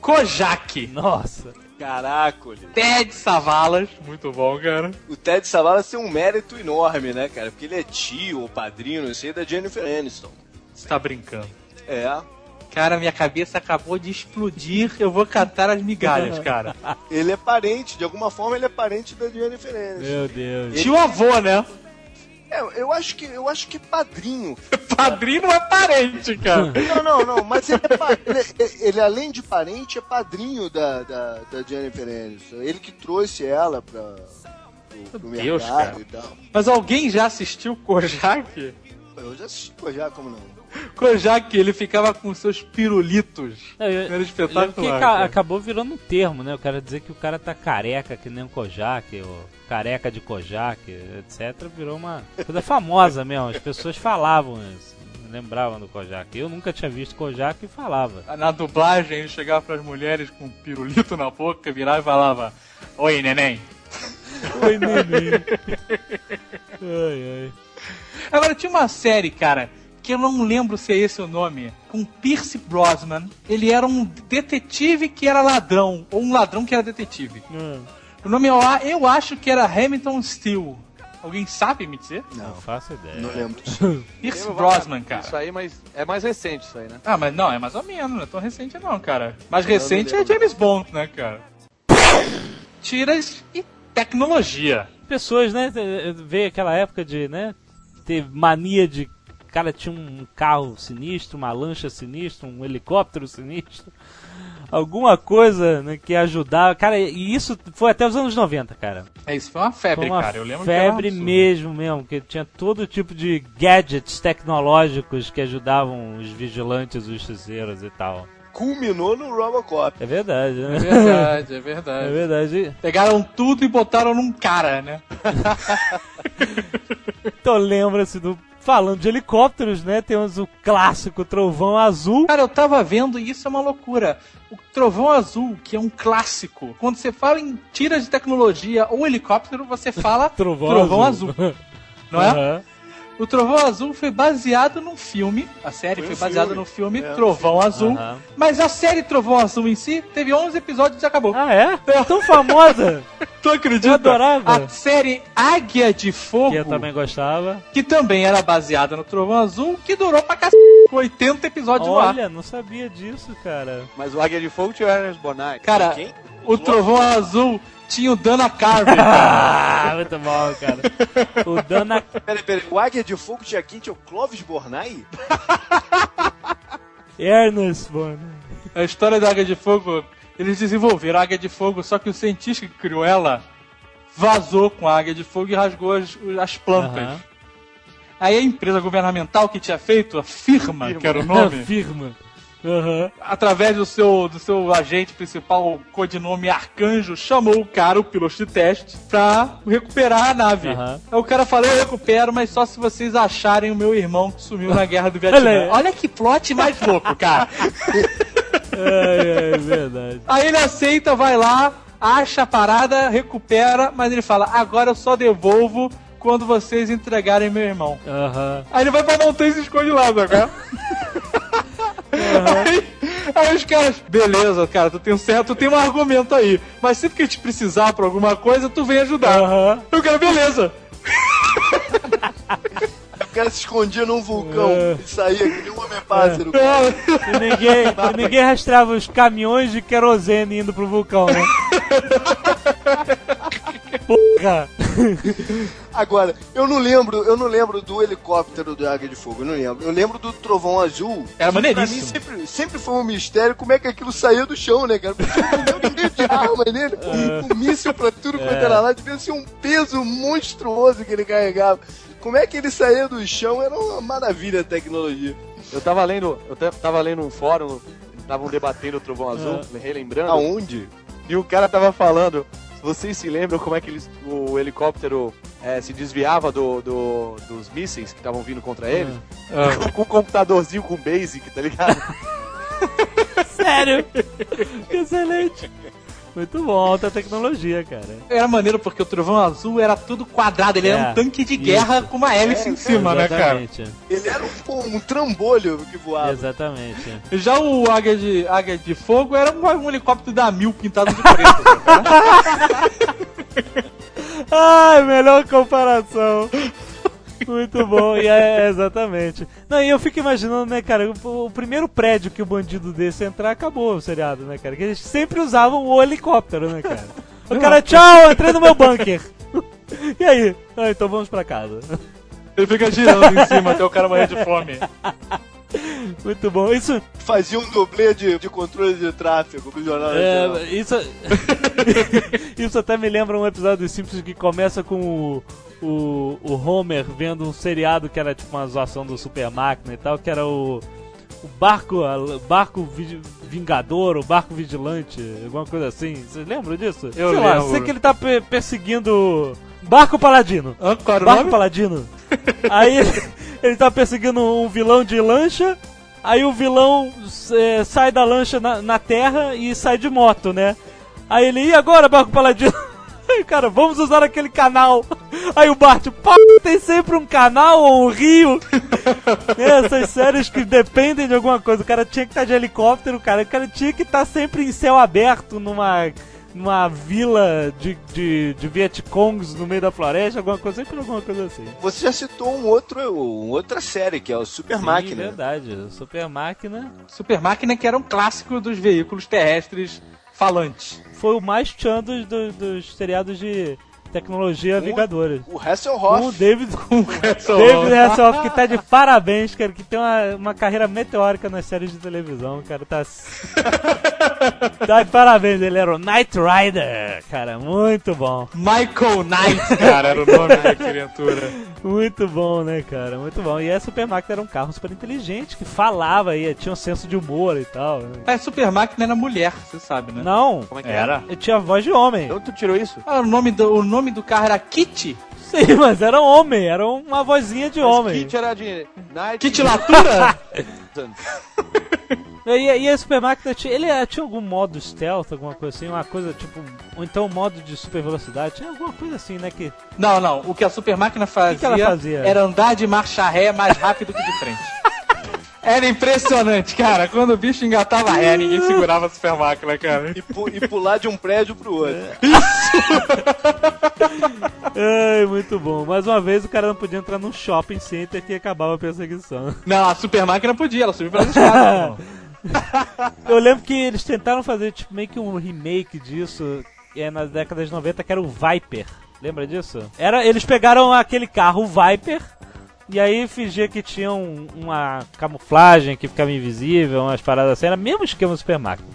Speaker 3: Kojak.
Speaker 2: Nossa!
Speaker 4: Caraca, olha.
Speaker 3: Ted Savalas. Muito bom, cara.
Speaker 4: O Ted Savalas tem um mérito enorme, né, cara? Porque ele é tio ou padrinho, não sei, da Jennifer Aniston.
Speaker 3: Você tá brincando.
Speaker 4: É.
Speaker 3: Cara, minha cabeça acabou de explodir. Eu vou catar as migalhas, cara.
Speaker 4: Ele é parente, de alguma forma ele é parente da Jennifer Aniston.
Speaker 2: Meu Deus!
Speaker 3: Tio avô, um né?
Speaker 4: É, eu acho que eu acho que padrinho.
Speaker 3: Padrinho não é parente, cara.
Speaker 4: Não, não, não. Mas ele, é pa- ele- ele, além de parente, é padrinho da, da, da Jennifer Aniston. Ele que trouxe ela pra, pro, pro
Speaker 3: Deus,
Speaker 4: mercado e tal.
Speaker 3: Mas alguém já assistiu Kojak?
Speaker 4: Eu já assisti pô, já, como não?
Speaker 3: Kojak, ele ficava com seus pirulitos.
Speaker 2: Não, eu-
Speaker 3: Era espetacular,
Speaker 2: eu lembro que
Speaker 3: cara.
Speaker 2: ca- acabou virando um termo, né? Eu quero dizer que o cara tá careca, que nem o Kojak, ou careca de Kojak, etc. Virou uma coisa famosa mesmo. As pessoas falavam isso, lembravam do Kojak. Eu nunca tinha visto Kojak e falava.
Speaker 3: Na dublagem, ele chegava pras mulheres com um pirulito na boca, virava e falava: Oi, neném.
Speaker 2: Foi neném. ai, ai.
Speaker 3: Agora, tinha uma série, cara, que eu não lembro se é esse o nome, com Pierce Brosnan. Ele era um detetive que era ladrão, ou um ladrão que era detetive.
Speaker 2: Hum,
Speaker 3: O nome eu, a- eu acho que era Hamilton Steele. Alguém sabe me dizer?
Speaker 2: Não,
Speaker 4: Não,
Speaker 2: faço ideia.
Speaker 4: não lembro.
Speaker 3: Pierce
Speaker 5: Lembro,
Speaker 3: Brosnan,
Speaker 5: vai, Isso
Speaker 3: cara.
Speaker 5: aí, mas é mais recente isso aí, né?
Speaker 3: Ah, mas não, é mais ou menos, não é tão recente não, cara. Mais recente é
Speaker 4: lembro.
Speaker 3: James Bond, né, cara? Tiras e tecnologia.
Speaker 2: pessoas, né? eh, Veio aquela época de, né? Ter mania de. Cara, tinha um carro sinistro, uma lancha sinistra, um helicóptero sinistro. Alguma coisa né, que ajudava. Cara, e isso foi até os anos 90, cara.
Speaker 3: É, isso foi uma febre,
Speaker 2: Foi uma
Speaker 3: cara. Eu lembro que era um
Speaker 2: febre
Speaker 3: absurdo.
Speaker 2: mesmo, mesmo. Que tinha todo tipo de gadgets tecnológicos que ajudavam os vigilantes, os justiceiros e tal.
Speaker 4: Culminou no Robocop.
Speaker 2: É verdade,
Speaker 3: É
Speaker 2: né?
Speaker 3: verdade, é
Speaker 2: É
Speaker 3: verdade.
Speaker 2: verdade.
Speaker 3: Pegaram tudo e botaram num cara, né?
Speaker 2: Então lembra-se do. Falando de helicópteros, né? Temos o clássico trovão azul.
Speaker 3: Cara, eu tava vendo e isso é uma loucura. O Trovão Azul, que é um clássico. Quando você fala em tira de tecnologia ou helicóptero, você fala
Speaker 2: Trovão,
Speaker 3: azul. Não é?
Speaker 2: Aham.
Speaker 3: O Trovão Azul foi baseado num filme. A série
Speaker 4: Foi
Speaker 3: foi,
Speaker 4: um
Speaker 3: baseada
Speaker 4: filme.
Speaker 3: no filme
Speaker 4: É,
Speaker 3: Trovão Azul.
Speaker 2: Aham.
Speaker 3: Mas a série Trovão Azul em si teve 11 episódios e acabou.
Speaker 2: Ah, é? Tão famosa!
Speaker 3: tu acredita? Ah,
Speaker 2: eu adorava.
Speaker 3: A série Águia de Fogo,
Speaker 2: que eu também gostava.
Speaker 3: que também era baseada no Trovão Azul, que durou pra cacete. 80 episódios no ar.
Speaker 2: Olha, não sabia disso, cara.
Speaker 5: Mas o Águia de Fogo tinha o Ernest Bonai.
Speaker 3: Cara,
Speaker 4: Quem?
Speaker 3: o Trovão Azul tinha o Dana Carvey. cara.
Speaker 2: Ah, muito bom, cara. O Dana.
Speaker 4: Peraí, peraí. O Águia de Fogo tinha quem? Tinha o Clóvis Bornai?
Speaker 2: Ernest, mano.
Speaker 3: a história da Águia de Fogo, eles desenvolveram a Águia de Fogo, só que o cientista que criou ela vazou com a Águia de Fogo e rasgou as, as plantas.
Speaker 2: Aham.
Speaker 3: Aí a empresa governamental que tinha feito, a firma, que era o nome,
Speaker 2: Firma. Aham.
Speaker 3: através do seu, do seu agente principal, codinome Arcanjo, chamou o cara, o piloto de teste, pra recuperar a nave.
Speaker 2: Aham.
Speaker 3: Aí o cara falou, eu recupero, mas só se vocês acharem o meu irmão que sumiu na guerra do Vietnã.
Speaker 2: Olha aí.
Speaker 3: Olha, que plot mais louco, cara.
Speaker 2: É, é, é verdade.
Speaker 3: Aí ele aceita, vai lá, acha a parada, recupera, mas ele fala, agora eu só devolvo quando vocês entregarem meu irmão.
Speaker 2: Aham.
Speaker 3: Aí ele vai pra montanha e se esconde lá, agora. Aí, aí os caras, beleza, cara, tu tem um certo, tu tem um argumento aí. Mas sempre que a gente precisar pra alguma coisa, tu vem ajudar.
Speaker 2: Aham.
Speaker 3: Eu quero, beleza.
Speaker 4: O cara se escondia num vulcão e saía que nem um homem pássaro.
Speaker 2: É. E ninguém,
Speaker 3: Tá.
Speaker 2: e ninguém rastreava os caminhões de querosene indo pro vulcão, né? Porra!
Speaker 4: Agora, eu não lembro, eu não lembro do helicóptero do Águia de Fogo, eu não lembro. Eu lembro do Trovão Azul.
Speaker 2: Tá
Speaker 3: Era
Speaker 4: Pra mim sempre, sempre foi um mistério como é que aquilo saiu do chão, né, cara? Porque não deu ninguém de arma nele,
Speaker 2: É.
Speaker 4: com um míssil pra tudo quanto era lá, devia ser um peso monstruoso que ele carregava. Como é que ele saía do chão? Era uma maravilha a tecnologia.
Speaker 5: Eu tava lendo, eu ta- tava lendo um fórum, estavam debatendo o Trovão Azul, relembrando,
Speaker 4: Ah, Aonde?
Speaker 5: e o cara tava falando, vocês se lembram como é que eles, o helicóptero eh, se desviava do, do- dos mísseis que estavam vindo contra ele? Com um computadorzinho com basic, tá ligado?
Speaker 2: Sério? Excelente! Muito bom, alta tecnologia, cara.
Speaker 3: Era maneiro porque o trovão azul era tudo quadrado, ele era
Speaker 2: É,
Speaker 3: um tanque de guerra com uma hélice em cima, né, cara?
Speaker 2: exatamente,
Speaker 4: Ele era um, um trambolho que voava.
Speaker 2: Exatamente.
Speaker 3: Já o Águia de, Águia de Fogo era um, um helicóptero da Mil pintado de preto. cara.
Speaker 2: Ai, melhor comparação. Muito bom, e é, exatamente. Não, e eu fico imaginando, né, cara, o, o primeiro prédio que o bandido desse entrar acabou o seriado, né, cara? Que eles sempre usavam o helicóptero, né, cara? O cara, tchau, entrei no meu bunker. E aí? Ah, então vamos pra casa.
Speaker 3: Ele fica girando em cima até o cara morrer de fome.
Speaker 2: Muito bom. Isso.
Speaker 4: Fazia um dublê de, de controle de tráfego pro Jornal Nacional.
Speaker 2: É, isso, isso até me lembra um episódio dos Simpsons que começa com o, o, o Homer vendo um seriado que era tipo uma zoação do Super Máquina e tal, que era o, o barco, a- barco vi- Vingador, o barco Vigilante, alguma coisa assim. Vocês lembram disso?
Speaker 3: Eu
Speaker 2: sei lá,
Speaker 3: lembro.
Speaker 2: sei que ele tá pe- perseguindo. Barco Paladino!
Speaker 3: Ah, qual era o
Speaker 2: Barco
Speaker 3: nome?
Speaker 2: Paladino. aí ele, ele tá perseguindo um vilão de lancha. Aí o vilão é, sai da lancha na, na terra e sai de moto, né? Aí ele, e agora, Barco Paladino? Aí, cara, vamos usar aquele canal. Aí o Bart, pá, tem sempre um canal ou um rio. Né, Essas séries que dependem de alguma coisa. O cara tinha que estar de helicóptero, cara. O cara tinha que estar sempre em céu aberto numa, numa vila de, de, de Vietcongs no meio da floresta, alguma coisa, sempre alguma coisa assim.
Speaker 4: Você já citou um outro, um outra série, que é o Super
Speaker 2: Sim,
Speaker 4: Máquina.
Speaker 2: verdade. Super Máquina
Speaker 3: Super Máquina, que era um clássico dos veículos terrestres falantes.
Speaker 2: foi o mais tchan dos, dos, dos seriados de tecnologia Vingadores. Com
Speaker 4: O
Speaker 2: o
Speaker 4: Hasselhoff.
Speaker 2: David, David Hasselhoff, que tá de parabéns, cara, que tem uma, uma carreira meteórica nas séries de televisão, cara, tá... tá de parabéns, ele era o Knight Rider, cara, muito bom,
Speaker 3: Michael Knight, cara, era o nome da criatura.
Speaker 2: muito bom, né, cara, muito bom. E a Super Máquina era um carro super inteligente, que falava e tinha um senso de humor e tal. né?
Speaker 3: Mas Super Máquina era mulher, você sabe, né?
Speaker 2: Não,
Speaker 5: Como é que era?
Speaker 3: Era?
Speaker 2: eu tinha voz de homem.
Speaker 5: Então tu tirou isso?
Speaker 3: Ah, o, nome do, o nome do carro era Kitty?
Speaker 2: Sim, mas era um homem, era uma vozinha de
Speaker 5: Mas
Speaker 2: homem.
Speaker 5: Kit era de Night.
Speaker 3: Kitty Latura?
Speaker 2: E, e a Super Máquina, tinha- ele eh, tinha algum modo stealth, alguma coisa assim, uma coisa tipo. Ou então um modo de super velocidade, tinha alguma coisa assim, né? Que
Speaker 3: não, não. O que a Super Máquina fazia,
Speaker 2: que que ela fazia?
Speaker 3: era andar de marcha ré mais rápido que de frente. Era impressionante, cara. Quando o bicho engatava ré, ninguém segurava a Super Máquina, cara.
Speaker 4: E, pu- e pular de um prédio pro outro.
Speaker 2: É. Ai, muito bom. Mais uma vez o cara não podia entrar num shopping center que acabava a perseguição.
Speaker 3: Não, a Super Máquina podia, ela subiu pelas escadas. pô.
Speaker 2: Eu lembro que eles tentaram fazer tipo, meio que um remake disso é, nas décadas de 90, que era o Viper. Lembra disso? Era, eles pegaram aquele carro, o Viper, e aí fingia que tinha um- uma camuflagem que ficava invisível, umas paradas assim. Era o mesmo esquema do Super Máquina.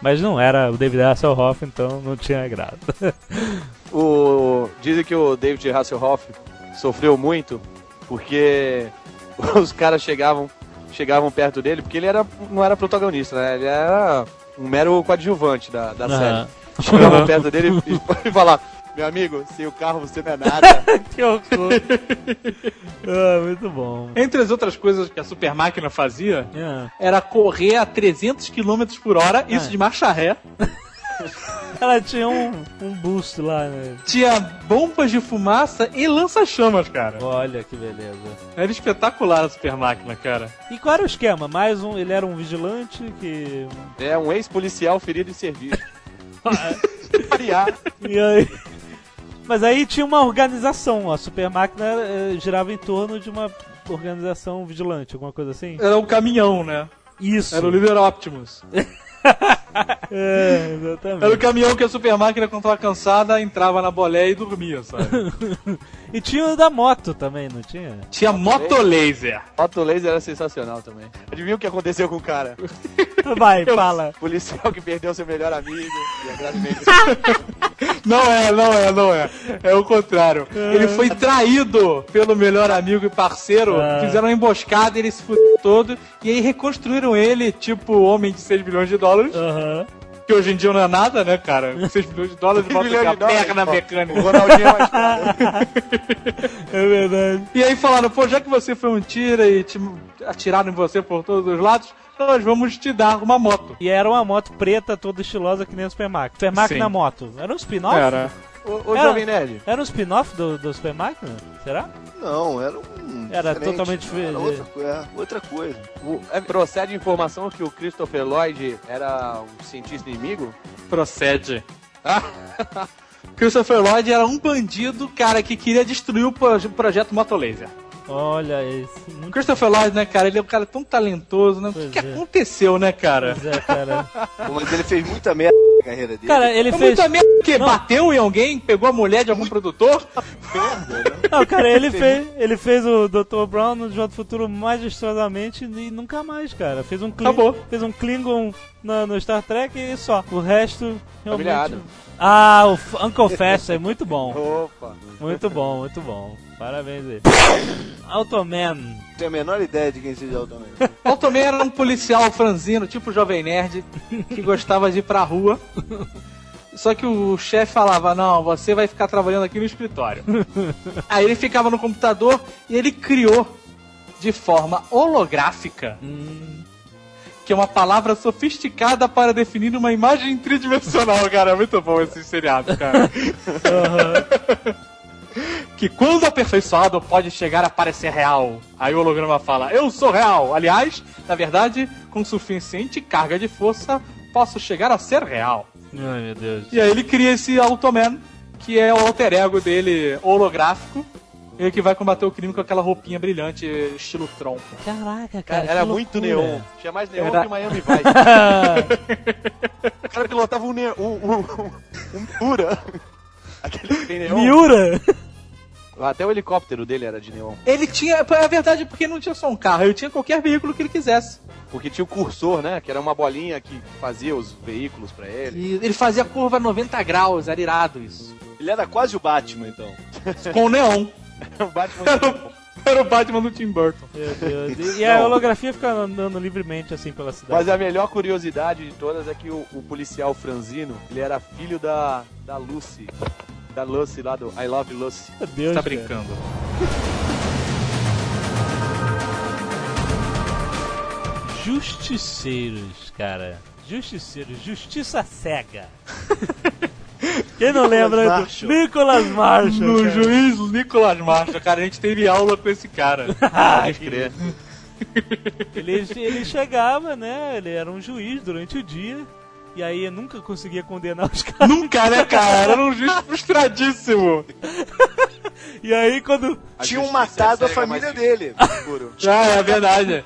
Speaker 2: Mas não era o David Hasselhoff, então não tinha graça.
Speaker 5: O... Dizem que o David Hasselhoff sofreu muito porque os caras chegavam, chegavam perto dele, porque ele era, não era protagonista, né? Ele era um mero coadjuvante da, da
Speaker 2: Aham.
Speaker 5: série. Chegavam perto dele e, e falavam, meu amigo, sem o carro você não é nada.
Speaker 2: que horror. ah, muito bom.
Speaker 3: Entre as outras coisas que a Super Máquina fazia,
Speaker 2: Ah.
Speaker 3: era correr a 300 km por hora, isso de marcha ré.
Speaker 2: Ela tinha um, um boost lá, né?
Speaker 3: Tinha bombas de fumaça e lança-chamas, cara.
Speaker 2: Olha que beleza.
Speaker 3: Era espetacular a Super Máquina, cara.
Speaker 2: E qual era o esquema? Mais um, ele era um vigilante que.
Speaker 5: É um ex-policial ferido em serviço. Variar.
Speaker 2: E aí... Mas aí tinha uma organização, a super máquina eh, girava em torno de uma organização vigilante, alguma coisa assim?
Speaker 3: Era um caminhão, né?
Speaker 2: Isso.
Speaker 3: Era o líder Optimus.
Speaker 2: É, exatamente.
Speaker 3: Era o caminhão que a Super Máquina, quando tava cansada, entrava na bolé e dormia, sabe?
Speaker 2: E tinha o da moto também, não tinha?
Speaker 3: Tinha motolaser.
Speaker 5: Foto laser era sensacional também. Adivinha o que aconteceu com o cara?
Speaker 2: Vai, fala.
Speaker 5: O policial que perdeu seu melhor amigo. E agradeço.
Speaker 3: Não é, não é, não é. É o contrário. Ele foi traído pelo melhor amigo e parceiro.
Speaker 2: Ah.
Speaker 3: Fizeram uma emboscada, ele se fudeu todo. E aí reconstruíram ele, tipo homem de 6 bilhões de dólares.
Speaker 2: Aham.
Speaker 3: Que hoje em dia não é nada, né, cara? Com 6 bilhões de dólares, bota
Speaker 5: bilhões
Speaker 3: a
Speaker 5: de dólares,
Speaker 3: perna
Speaker 5: pô.
Speaker 3: mecânica.
Speaker 5: O Ronaldinho é mais foda.
Speaker 2: É verdade.
Speaker 3: E aí falaram, pô, já que você foi um tira e te atiraram em você por todos os lados, nós vamos te dar uma moto.
Speaker 2: E era uma moto preta, toda estilosa, que nem o Super Máquina. Super Máquina
Speaker 3: Sim.
Speaker 2: moto. Era um spin-off?
Speaker 5: Ô, ô
Speaker 2: Era-
Speaker 5: Jovem Nerd,
Speaker 2: Era um spin-off do, do Super Máquina? Será?
Speaker 4: Não, era um.
Speaker 2: Era
Speaker 4: diferente,
Speaker 2: totalmente diferente.
Speaker 4: Era outra, co- é, outra coisa.
Speaker 5: o- é- procede informação que o Christopher Lloyd era um cientista inimigo?
Speaker 3: Procede. Ah. Christopher Lloyd era um bandido, cara, que queria destruir o proje- projeto Motolaser.
Speaker 2: Olha, esse. Muito
Speaker 3: Christopher Lloyd, né, cara, ele é um cara tão talentoso, né?
Speaker 2: Pois
Speaker 3: o que, que
Speaker 2: é.
Speaker 3: aconteceu, né, cara?
Speaker 2: é, cara.
Speaker 4: Mas ele fez muita merda na carreira dele.
Speaker 2: Cara, ele
Speaker 3: É
Speaker 2: fez.
Speaker 3: muita merda que
Speaker 2: Não.
Speaker 3: bateu em alguém, pegou a mulher de algum produtor,
Speaker 5: merda, né?
Speaker 2: Não, cara, ele fez, ele fez o Dr. Brown no Jogo do Futuro majestosamente e nunca mais, cara. Fez um Kling-
Speaker 3: Acabou.
Speaker 2: Fez um Klingon na- no Star Trek e só. O resto, realmente...
Speaker 5: Familiado.
Speaker 2: Ah, o F- Uncle Fester é muito bom.
Speaker 5: Opa.
Speaker 2: Muito bom, muito bom. Parabéns aí. Automan.
Speaker 4: Não tenho a menor ideia de quem seja o também.
Speaker 3: Altomé era um policial franzino, tipo Jovem Nerd, que gostava de ir pra rua. Só que o chefe falava: Não, você vai ficar trabalhando aqui no escritório. Aí ele ficava no computador e ele criou de forma holográfica, que é uma palavra sofisticada para definir uma imagem tridimensional, cara. É muito bom esse seriado, cara. que quando aperfeiçoado pode chegar a parecer real. Aí o holograma fala, eu sou real. Aliás, na verdade, com suficiente carga de força, posso chegar a ser real.
Speaker 2: Ai, meu Deus.
Speaker 3: E aí ele cria esse Automan, que é o alter ego dele holográfico. Ele que vai combater o crime com aquela roupinha brilhante, estilo Tron.
Speaker 2: Caraca, cara.
Speaker 5: Cara,
Speaker 2: que
Speaker 5: era muito
Speaker 2: loucura.
Speaker 5: neon. Tinha mais neon
Speaker 3: Era-
Speaker 5: que Miami Vice. O cara pilotava um neon. Um, um, um Miura. Aquele que tem neon.
Speaker 2: Miura!
Speaker 5: Até o helicóptero dele era de neon.
Speaker 3: Ele tinha, é verdade, porque não tinha só um carro, ele tinha qualquer veículo que ele quisesse.
Speaker 5: Porque tinha o cursor, né? Que era uma bolinha que fazia os veículos pra ele.
Speaker 3: E ele fazia curva 90 graus, era irado isso.
Speaker 4: Ele era quase o Batman, então.
Speaker 3: Com neon.
Speaker 5: O Batman.
Speaker 3: Era o- era o Batman do Tim Burton.
Speaker 2: Meu Deus. E a holografia fica andando livremente assim pela cidade.
Speaker 5: Mas a melhor curiosidade de todas é que o, o policial franzino, ele era filho da, da Lucy. Da Lucy lá do I Love Lucy.
Speaker 2: Meu Deus,
Speaker 3: tá
Speaker 2: cara.
Speaker 3: brincando.
Speaker 2: Justiceiros, cara. Justiceiros, justiça cega. Quem não lembra do
Speaker 4: Marshall.
Speaker 2: Nicolas Marshall?
Speaker 3: No
Speaker 2: cara?
Speaker 3: juiz Nicolas Marcha, cara, a gente teve aula com esse cara.
Speaker 5: Pode crer.
Speaker 2: Ele, ele chegava, né? Ele era um juiz durante o dia. E aí nunca conseguia condenar os caras.
Speaker 3: Nunca, né, cara? Era um juiz frustradíssimo.
Speaker 2: E aí quando.
Speaker 4: Tinham
Speaker 5: justiça
Speaker 4: matado a
Speaker 5: cega,
Speaker 4: família
Speaker 5: mas-
Speaker 4: dele.
Speaker 5: Puro.
Speaker 3: Ah, é verdade.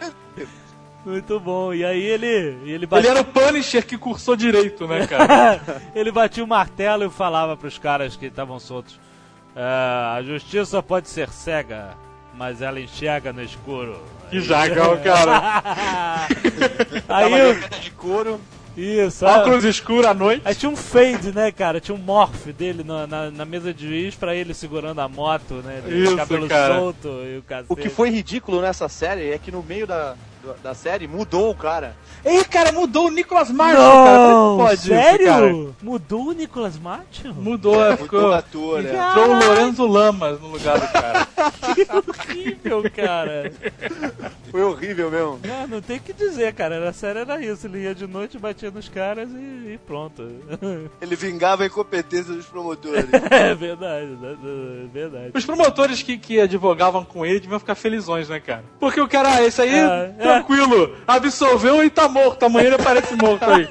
Speaker 2: Muito bom. E aí ele. Ele
Speaker 3: Ele
Speaker 2: batia,
Speaker 3: era o Punisher que cursou direito, né, cara?
Speaker 2: ele batia o martelo e falava pros caras que estavam soltos: "Ah, A justiça pode ser cega, mas ela enxerga no escuro.
Speaker 3: Que jagão, cara.
Speaker 2: aí
Speaker 5: Tava
Speaker 2: eu.
Speaker 5: de cara de couro.
Speaker 2: Isso, aí,
Speaker 3: Óculos escuros à noite.
Speaker 2: aí tinha um fade, né, cara? Tinha um morph dele na, na, na mesa de juiz pra ele segurando a moto, né? Ele,
Speaker 3: Isso,
Speaker 2: cabelo
Speaker 3: cara.
Speaker 2: solto e o cacete.
Speaker 5: O que foi ridículo nessa série é que no meio da, do- da série mudou o cara.
Speaker 3: Ei, cara, mudou o Nicolas Marcha, cara. Como
Speaker 2: Não,
Speaker 3: é que pode
Speaker 2: sério?
Speaker 3: Isso, cara?
Speaker 2: Mudou o Nicolas Martin?
Speaker 3: Mudou, é,
Speaker 4: Mudou
Speaker 3: ficou...
Speaker 4: o ator, né?
Speaker 3: Entrou o Lorenzo Lamas no lugar do cara.
Speaker 2: Horrível, cara.
Speaker 5: Foi horrível mesmo.
Speaker 2: Ah, não tem o que dizer, cara. Era sério, era isso. Ele ia de noite, batia nos caras e, e pronto.
Speaker 4: Ele vingava a incompetência dos promotores.
Speaker 2: É verdade, é verdade.
Speaker 3: Os promotores que, que advogavam com ele deviam ficar felizões, né, cara? Porque o cara, ah, esse aí,
Speaker 2: Ah, é.
Speaker 3: tranquilo, absolveu e tá morto. Amanhã ele aparece morto aí.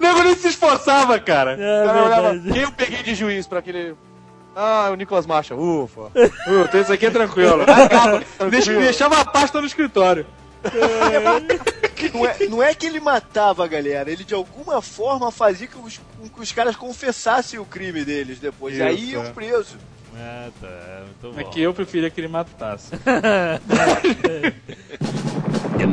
Speaker 3: Nego nem se esforçava, cara.
Speaker 2: É
Speaker 5: O cara olhava,
Speaker 2: verdade.
Speaker 5: quem eu peguei de juiz pra aquele. Ah, o Nicolas Marcha. Ufa.
Speaker 3: Uh, então isso aqui é tranquilo. Deixa,
Speaker 5: Tranquilo.
Speaker 3: deixava a pasta no escritório.
Speaker 4: Não é, não é que ele matava a galera, ele de alguma forma fazia com os- com que os, caras confessassem o crime deles depois.
Speaker 3: Isso,
Speaker 4: aí iam
Speaker 3: é.
Speaker 4: preso.
Speaker 2: Ah, tá. Muito bom.
Speaker 3: É que eu preferia que ele matasse.
Speaker 7: In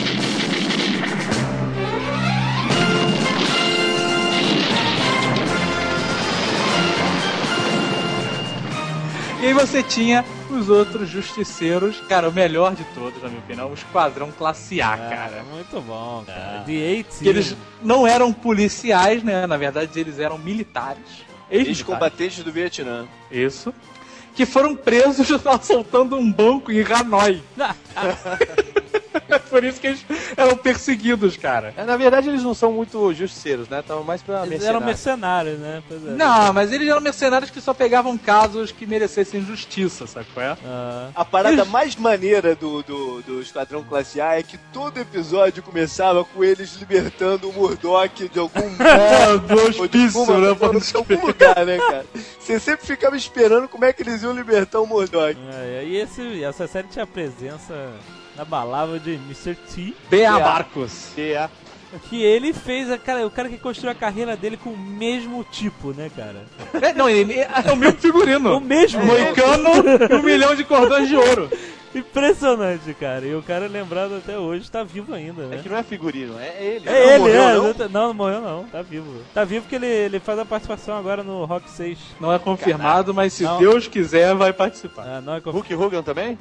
Speaker 3: E aí você tinha os outros justiceiros. Cara, o melhor de todos, na minha opinião, o Esquadrão Classe A, cara.
Speaker 2: Muito bom, cara. The
Speaker 3: Que
Speaker 2: 18.
Speaker 3: eles não eram policiais, né? Na verdade, eles eram militares.
Speaker 4: Eles
Speaker 3: Ex-militares.
Speaker 4: combatentes do Vietnã.
Speaker 3: Isso. Que foram presos assaltando um banco em Hanoi. Por isso que eles eram perseguidos, cara.
Speaker 5: É, na verdade, eles não são muito justiceiros, né? Estavam mais pra
Speaker 2: Eles eram mercenários,
Speaker 5: mercenários.
Speaker 2: né? Pois é.
Speaker 3: Não, mas eles eram mercenários que só pegavam casos que merecessem justiça, sabe qual é?
Speaker 2: Ah,
Speaker 4: A parada mais maneira do, do, do Esquadrão Classe A é que todo episódio começava com eles libertando o Murdock de algum
Speaker 3: É, do
Speaker 4: ou de
Speaker 3: hospício,
Speaker 4: alguma-
Speaker 3: né?
Speaker 4: de algum lugar, né, cara? Você sempre ficava esperando como é que eles iam libertar o Murdock.
Speaker 2: é, e esse, essa série tinha a presença inabalável de Mr. T,
Speaker 3: B.A. Marcos.
Speaker 2: que ele fez, a, cara, o cara que construiu a carreira dele com o mesmo tipo, né, cara?
Speaker 3: É, não, ele é o mesmo
Speaker 2: O
Speaker 3: figurino. É.
Speaker 2: mesmo! tipo.
Speaker 3: Moicano e um milhão de cordões de ouro.
Speaker 2: Impressionante, cara. E o cara é lembrado até hoje, tá vivo ainda, né?
Speaker 5: É que não é figurino, é ele.
Speaker 2: É ele,
Speaker 4: morreu,
Speaker 2: é,
Speaker 4: não?
Speaker 2: exata- não? não, morreu não, tá vivo. Tá vivo porque ele, ele faz a participação agora no Rock 6.
Speaker 3: Não é confirmado, mas se
Speaker 2: Não.
Speaker 3: Deus quiser, vai participar.
Speaker 2: Ah, não é conf...
Speaker 5: Hulk Hogan também?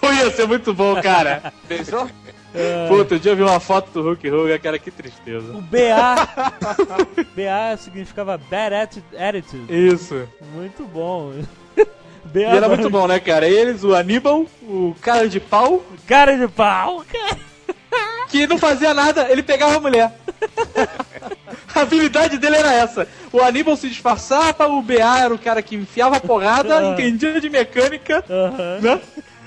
Speaker 3: Pô, ia ser muito bom, cara.
Speaker 5: Pensou?
Speaker 3: Pô, outro dia eu vi uma foto do Hulk Hogan, cara, que tristeza.
Speaker 2: O BA. BA significava Bad Atti- Attitude.
Speaker 3: Isso.
Speaker 2: Muito bom. BA
Speaker 3: E era muito bom, né, cara? Eles, o Aníbal, o cara de pau,
Speaker 2: Cara de pau, cara.
Speaker 3: que não fazia nada, ele pegava a mulher. A habilidade dele era essa. O Aníbal se disfarçava, o BA era o cara que enfiava a porrada, entendia de mecânica,
Speaker 2: Aham.
Speaker 3: né?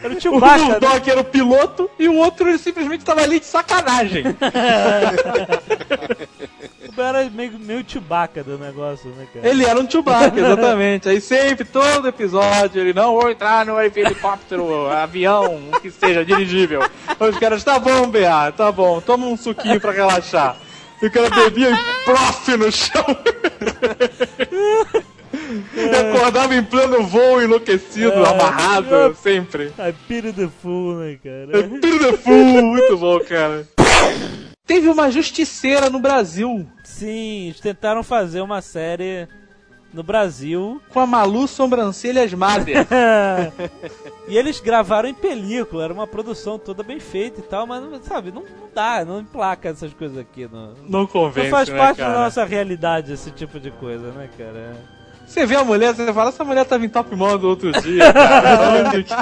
Speaker 2: Era o
Speaker 3: O
Speaker 2: Chewbacca, né?
Speaker 3: Bulldog era o piloto e o outro ele simplesmente tava ali de sacanagem.
Speaker 2: O BA era meio, meio Chewbacca do negócio, né, cara?
Speaker 3: Ele era um Chewbacca, exatamente. Aí sempre, todo episódio, ele não vou entrar no helicóptero, avião, o que seja, dirigível. Aí Os caras, tá bom, BA, tá bom, toma um suquinho pra relaxar. E o cara bebia e prof no chão. E acordava em pleno voo, enlouquecido,
Speaker 2: É.
Speaker 3: amarrado, sempre.
Speaker 2: I pity the fool, né, cara?
Speaker 3: Tudo the fool, muito bom, cara. Teve uma justiceira no Brasil
Speaker 2: Sim, eles tentaram fazer uma série no Brasil.
Speaker 3: com a Malu Sobrancelhas Mader.
Speaker 2: E eles gravaram em película, era uma produção toda bem feita e tal, mas sabe, não, não dá, não emplaca essas coisas aqui. Não, não
Speaker 3: Não convence,
Speaker 2: faz
Speaker 3: né,
Speaker 2: parte
Speaker 3: cara?
Speaker 2: da nossa realidade esse tipo de coisa, né, cara?
Speaker 3: Você vê a mulher, você fala, essa mulher tava em top model outro dia, cara. Aonde que,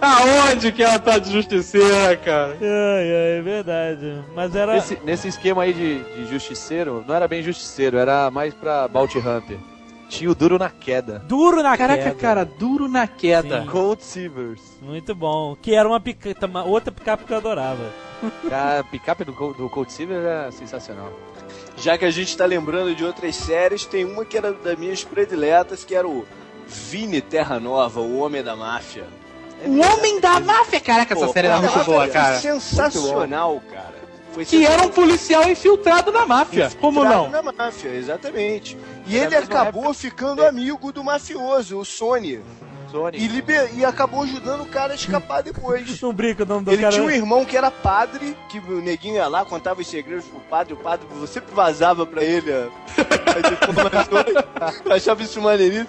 Speaker 3: aonde que ela tá de justiceira, cara?
Speaker 2: Ai, ai, é verdade. Mas era.
Speaker 5: Nesse, nesse esquema aí de, de justiceiro, não era bem justiceiro, era mais pra Bounty Hunter. Tinha o duro na queda.
Speaker 2: Duro na
Speaker 3: Caraca,
Speaker 2: queda.
Speaker 3: cara, duro na queda.
Speaker 2: Sim.
Speaker 5: Cold Silvers.
Speaker 2: Muito bom. Que era uma pica... tá, uma- outra picape que eu adorava.
Speaker 5: A picape do, Col- do Cold Silvers era sensacional.
Speaker 4: Já que a gente tá lembrando de outras séries, tem uma que era das minhas prediletas, que era o Vini Terra Nova, o Homem da Máfia.
Speaker 3: O Homem da Máfia, caraca, essa
Speaker 4: é Pô,
Speaker 3: série era
Speaker 4: Homem da
Speaker 3: muito
Speaker 4: Máfia
Speaker 3: boa,
Speaker 4: era
Speaker 3: cara.
Speaker 4: Sensacional, cara. Foi
Speaker 3: Que era um policial infiltrado na máfia. Como
Speaker 4: infiltrado
Speaker 3: não?
Speaker 4: Na máfia, exatamente. E
Speaker 5: Era
Speaker 4: ele
Speaker 5: a mesma
Speaker 4: acabou ficando amigo do mafioso, o Sony.
Speaker 5: Sonic.
Speaker 4: E, liber- e acabou ajudando o cara a escapar depois.
Speaker 2: Não brinca o nome do
Speaker 4: Ele
Speaker 2: cara.
Speaker 4: tinha um irmão que era padre, que o neguinho ia lá, contava os segredos pro padre, o padre sempre vazava pra ele ó, as informações. Eu achava isso maneiríssimo.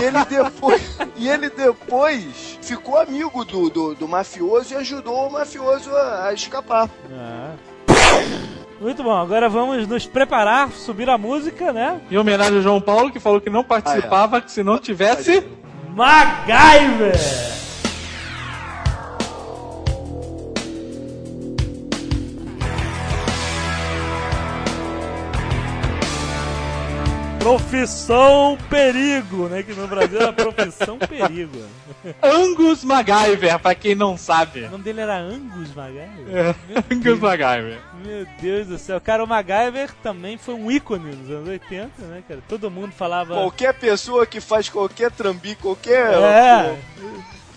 Speaker 4: E ele depois, e ele depois ficou amigo do, do, do mafioso e ajudou o mafioso a, a escapar.
Speaker 2: Ah. Muito bom, agora vamos nos preparar, subir a música, né?
Speaker 3: Em homenagem ao João Paulo, que falou que não participava, que se não tivesse.
Speaker 2: MacGyver! Profissão perigo, né? Que no Brasil era profissão perigo.
Speaker 3: Angus MacGyver, pra quem não sabe.
Speaker 2: O nome dele era Angus MacGyver?
Speaker 3: É, Angus MacGyver.
Speaker 2: Meu Deus do céu. Cara, o MacGyver também foi um ícone nos anos 80, né, cara? Todo mundo falava...
Speaker 4: Qualquer pessoa que faz qualquer trambi, qualquer
Speaker 2: É,
Speaker 4: pô,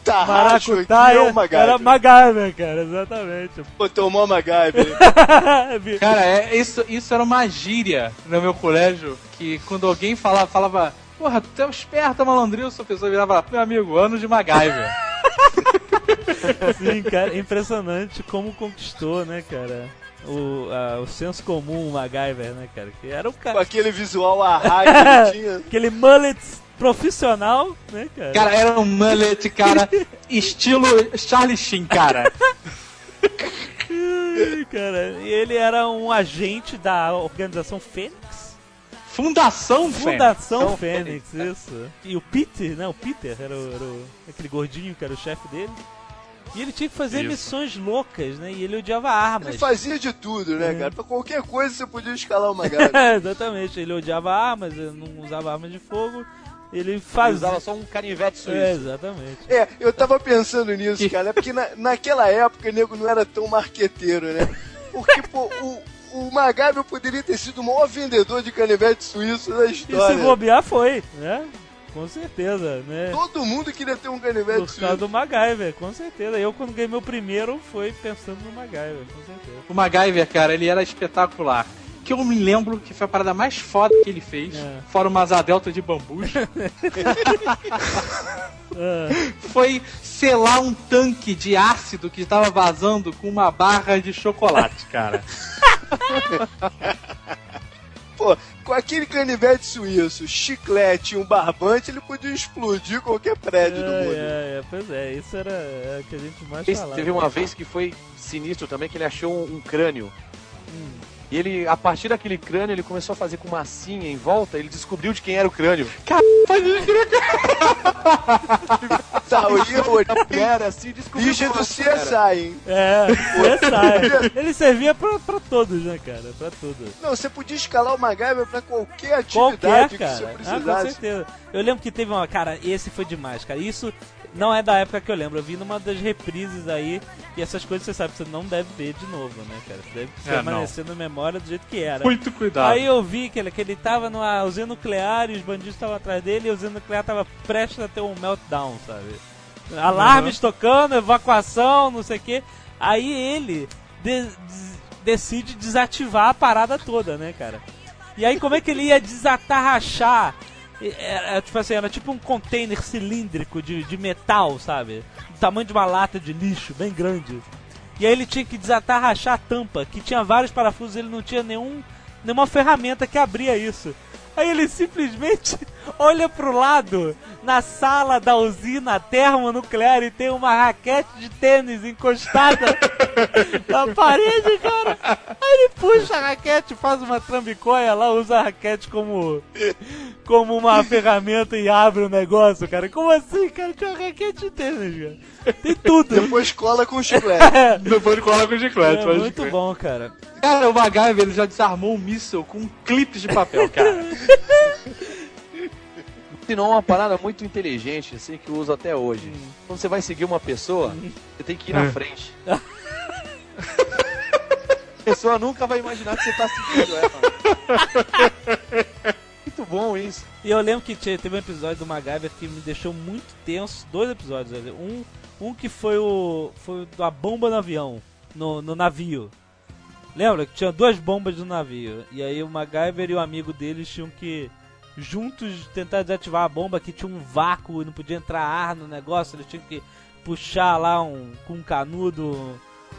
Speaker 4: tarracho aqui é
Speaker 2: Maracutaia
Speaker 4: o MacGyver.
Speaker 2: era MacGyver, cara, exatamente.
Speaker 4: Pô, tomou o MacGyver.
Speaker 3: Cara, é, isso, isso era uma gíria no meu colégio, que quando alguém falava, falava, porra, tu é um esperto, malandril, sua pessoa virava lá, meu amigo, ano de MacGyver.
Speaker 2: Sim, cara, é impressionante como conquistou, né, cara? O, a- o senso comum, o MacGyver, né, cara? Que era o
Speaker 4: com
Speaker 2: cara.
Speaker 4: aquele visual arraio que ele tinha.
Speaker 2: Aquele mullet profissional, né, cara?
Speaker 3: cara, era um mullet, cara, estilo Charlie Sheen, cara.
Speaker 2: Ih, cara, E ele era um agente da organização Fênix?
Speaker 3: Fundação, velho.
Speaker 2: Fundação Fênix, isso. E o Peter, né? O Peter era, o- era o- aquele gordinho que era o chefe dele. E ele tinha que fazer
Speaker 8: Isso.
Speaker 2: missões loucas, né? E ele odiava armas.
Speaker 4: Ele fazia de tudo, né, cara? Pra qualquer coisa você podia escalar uma galera.
Speaker 2: É, exatamente, ele odiava armas, ele não usava armas de fogo, ele
Speaker 5: Ele
Speaker 2: fazia.
Speaker 5: usava só um canivete suíço.
Speaker 2: É, exatamente.
Speaker 4: É, eu tava pensando nisso, cara. É porque na, naquela época o nego não era tão marqueteiro, né? Porque, pô, o, o Magabio poderia ter sido o maior vendedor de canivete suíço da
Speaker 2: E se
Speaker 4: história.
Speaker 2: bobear foi, né? Com certeza, né?
Speaker 4: Todo mundo queria ter um canivete
Speaker 2: Por causa
Speaker 4: suíço.
Speaker 2: do MacGyver, com certeza. Eu quando ganhei meu primeiro foi pensando no MacGyver, com certeza.
Speaker 3: O MacGyver, cara, ele era espetacular. Que eu me lembro que foi a parada mais foda que ele fez,
Speaker 2: É.
Speaker 3: fora uma asa delta de bambus, foi selar um tanque de ácido que estava vazando com uma barra de chocolate, cara.
Speaker 4: Pô, com aquele canivete suíço, chiclete e um barbante, ele podia explodir qualquer prédio do mundo.
Speaker 2: É, é, pois é, isso era é, o que a gente mais
Speaker 5: Esse-
Speaker 2: falava.
Speaker 5: teve uma vez que foi sinistro também, que ele achou um, um crânio. E ele, a partir daquele crânio, ele começou a fazer com massinha em volta, ele descobriu de quem era o crânio.
Speaker 4: Tá, o Ivo,
Speaker 5: Era assim, descobriu.
Speaker 4: bicho
Speaker 5: qual
Speaker 4: do
Speaker 5: era.
Speaker 4: CSI, hein?
Speaker 2: É, CSI. Ele servia pra, pra todos, né, cara? Pra tudo.
Speaker 4: Não, você podia escalar o MacGyver pra qualquer
Speaker 2: Qualquer,
Speaker 4: atividade que você
Speaker 2: cara. Ah, com
Speaker 4: precisasse.
Speaker 2: certeza. Eu lembro que teve uma. Cara, esse foi demais, cara. Isso não é da época que eu lembro. Eu vi numa das reprises aí. E essas coisas você sabe, que você não deve ver de novo, né, cara? Você deve
Speaker 3: É, não.
Speaker 2: permanecer na memória do jeito que era.
Speaker 3: Muito cuidado.
Speaker 2: Aí eu vi que ele, que ele tava numa usina nuclear e os bandidos estavam atrás dele e a usina nuclear tava prestes a ter um meltdown, sabe? Alarmes tocando, evacuação, não sei o quê. Aí ele de- des- decide desativar a parada toda, né, cara? E aí como é que ele ia desatarrachar? E Era, tipo assim, era tipo um container cilíndrico de, de metal, sabe? Do tamanho de uma lata de lixo, bem grande. E aí ele tinha que desatarrachar a tampa, que tinha vários parafusos, ele não tinha nenhum nenhuma ferramenta que abria isso. Aí ele simplesmente olha pro lado, na sala da usina termonuclear e tem uma raquete de tênis encostada na parede, cara. Aí ele puxa a raquete, faz uma trambicoia lá, usa a raquete como como uma ferramenta e abre o negócio, cara. Como assim, cara? Tinha uma raquete de tênis, cara. Tem tudo. né,
Speaker 4: Depois cola com chiclete.
Speaker 3: Depois cola com chiclete,
Speaker 2: É
Speaker 3: pode
Speaker 2: muito
Speaker 3: crer.
Speaker 2: bom, cara.
Speaker 3: Cara, o MacGyver ele já desarmou um míssil com clipes de papel, cara.
Speaker 5: Ensinou uma parada muito inteligente, assim, que eu uso até hoje.
Speaker 4: Hum.
Speaker 5: Quando você vai seguir uma pessoa, você tem que
Speaker 4: É.
Speaker 5: ir na frente. A pessoa nunca vai imaginar que você tá seguindo ela. muito bom isso.
Speaker 2: E eu lembro que tinha- teve um episódio do MacGyver que me deixou muito tenso. Dois episódios, quer dizer, um, um que foi o. Foi o da bomba no avião. No, no navio. Lembra que tinha duas bombas no navio. E aí o MacGyver e o amigo deles tinham que. Juntos tentar desativar a bomba que tinha um vácuo e não podia entrar ar no negócio. Eles tinham que puxar lá um, com um canudo,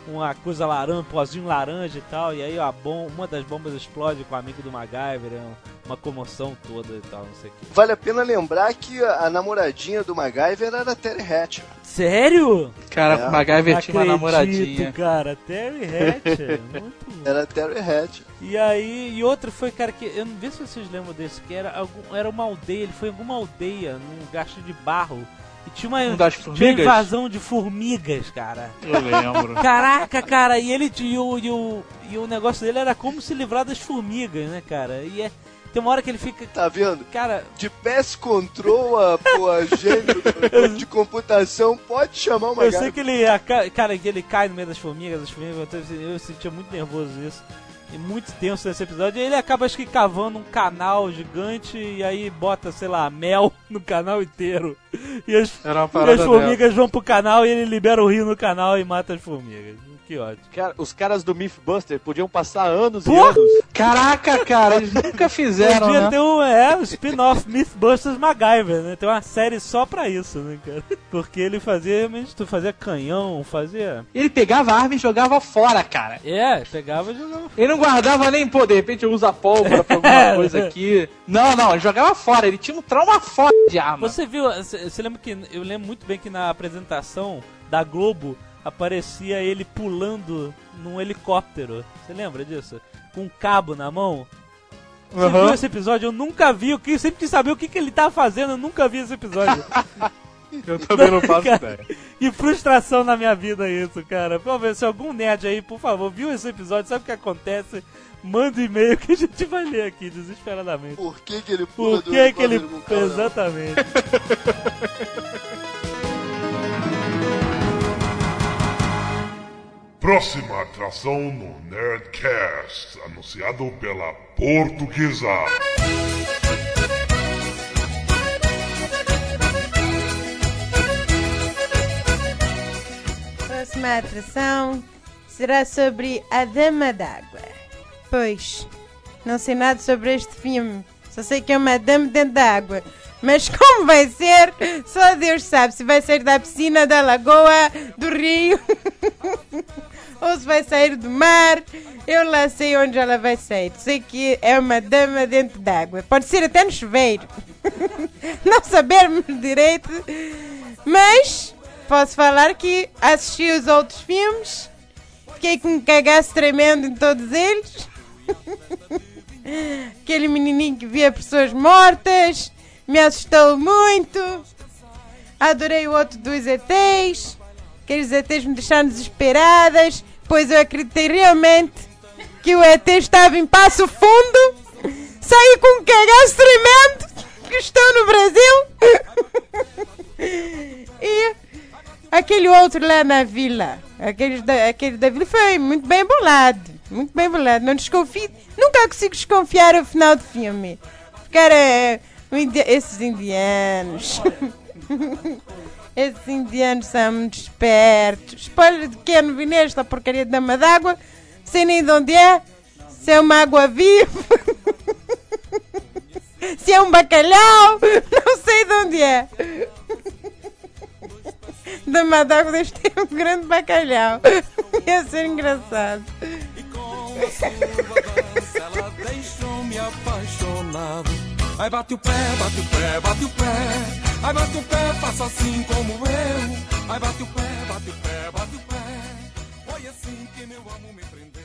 Speaker 2: uma coisa laranja, um pozinho laranja e tal. E aí a bom, uma das bombas explode com o amigo do MacGyver. É um- uma comoção toda e tal, não sei o que.
Speaker 4: Vale a pena lembrar que a a namoradinha do MacGyver era a Terry Hatcher.
Speaker 2: Sério?
Speaker 3: Cara,
Speaker 4: É.
Speaker 3: o MacGyver tinha uma
Speaker 2: Acredito,
Speaker 3: namoradinha.
Speaker 2: cara. Terry Hatcher. muito bom.
Speaker 4: Era a Terry Hatcher.
Speaker 2: E aí, e outro foi, cara, que eu não sei se vocês lembram desse, que era, algum, era uma aldeia, ele foi em alguma aldeia, num gasto de barro. E tinha uma,
Speaker 3: Um das
Speaker 2: tinha uma
Speaker 3: formigas?
Speaker 2: invasão de formigas, cara.
Speaker 3: Eu lembro.
Speaker 2: Caraca, cara, e ele e o, e, o, e o negócio dele era como se livrar das formigas, né, cara? E é, tem uma hora que ele fica.
Speaker 4: Tá vendo?
Speaker 2: Cara,
Speaker 4: De PES Control a, pô, a gênio de computação, pode chamar o
Speaker 2: Eu sei
Speaker 4: MacGyver.
Speaker 2: que ele, aca- cara, que ele cai no meio das formigas, as formigas, eu te- eu sentia muito nervoso nisso. E muito tenso nesse episódio. E ele acaba acho que cavando um canal gigante e aí bota, sei lá, mel no canal inteiro. E as,
Speaker 3: Era É uma
Speaker 2: e as
Speaker 3: parada
Speaker 2: formigas vão pro canal e ele libera o rio no canal e mata as formigas. Que ótimo.
Speaker 5: Cara, os caras do Mythbuster podiam passar anos
Speaker 2: Porra!
Speaker 5: e anos
Speaker 3: Caraca, cara, eles nunca fizeram,
Speaker 2: Podia
Speaker 3: né?
Speaker 2: ter um, é, um spin-off Mythbusters MacGyver, né? Tem uma série só pra isso, né, cara? Porque ele fazia, realmente, tu fazia canhão, fazia...
Speaker 3: Ele pegava a arma e jogava fora, cara.
Speaker 2: É, pegava e jogava
Speaker 3: Ele não guardava nem, pô, de repente eu uso a pólvora pra alguma coisa aqui. Não, não, ele jogava fora, ele tinha um trauma foda de arma.
Speaker 2: Você viu, você você lembra que eu lembro muito bem que na apresentação da Globo aparecia ele pulando num helicóptero. Você lembra disso? Com um cabo na mão? Você
Speaker 3: Aham.
Speaker 2: viu esse episódio? Eu nunca vi, eu que- sempre quis saber o que, que ele tá fazendo, eu nunca vi esse episódio.
Speaker 3: Eu também não
Speaker 2: Cara,
Speaker 3: ideia.
Speaker 2: E
Speaker 9: que frustração na minha vida isso, cara. Por favor, se algum nerd aí, por favor, viu esse episódio, sabe o que acontece? Manda um e-mail que a gente vai ler aqui, desesperadamente.
Speaker 4: Por que, que ele pula
Speaker 9: Por
Speaker 4: do
Speaker 2: é
Speaker 9: que que ele...
Speaker 4: helicóptero com o cara?
Speaker 9: Exatamente.
Speaker 1: Próxima atração no Nerdcast, anunciado pela Portuguesa.
Speaker 8: Próxima atração será sobre A Dama d'Água. Pois, não sei nada sobre este filme. Só sei que é uma dama dentro da água. Mas como vai ser, só Deus sabe. Se vai sair da piscina, da lagoa, do rio, ou se vai sair do mar. Eu lá sei onde ela vai sair. Sei que é uma dama dentro d'água. Pode ser até no chuveiro. não sabermos direito. Mas posso falar que assisti os outros filmes, fiquei com um cagaço tremendo em todos eles. Aquele menininho que via pessoas mortas me assustou muito. Adorei o outro dos ETs. Aqueles ETs me deixaram desesperadas, pois eu acreditei realmente que o ET estava em passo fundo. Saí com um cagaço tremendo, que estou no Brasil. e aquele outro lá na vila, aquele da, aquele da vila foi muito bem bolado. Muito bem bolado. Não desconfio, nunca consigo desconfiar ao final do filme. Cara, é, o indi- esses indianos. Esses indianos são muito espertos. Spoiler de que é vi nesta porcaria de dama d'água. Sei nem de onde é. Se é uma água viva. Se é um bacalhau. Não sei de onde é. Dama d'água deve ter um grande bacalhau. Ia ser engraçado.
Speaker 10: Aí bate o pé, bate o pé, bate o pé. Aí bate o pé, faça assim como eu. Aí bate o pé, bate o pé, bate o pé. Foi assim que meu amor me prendeu.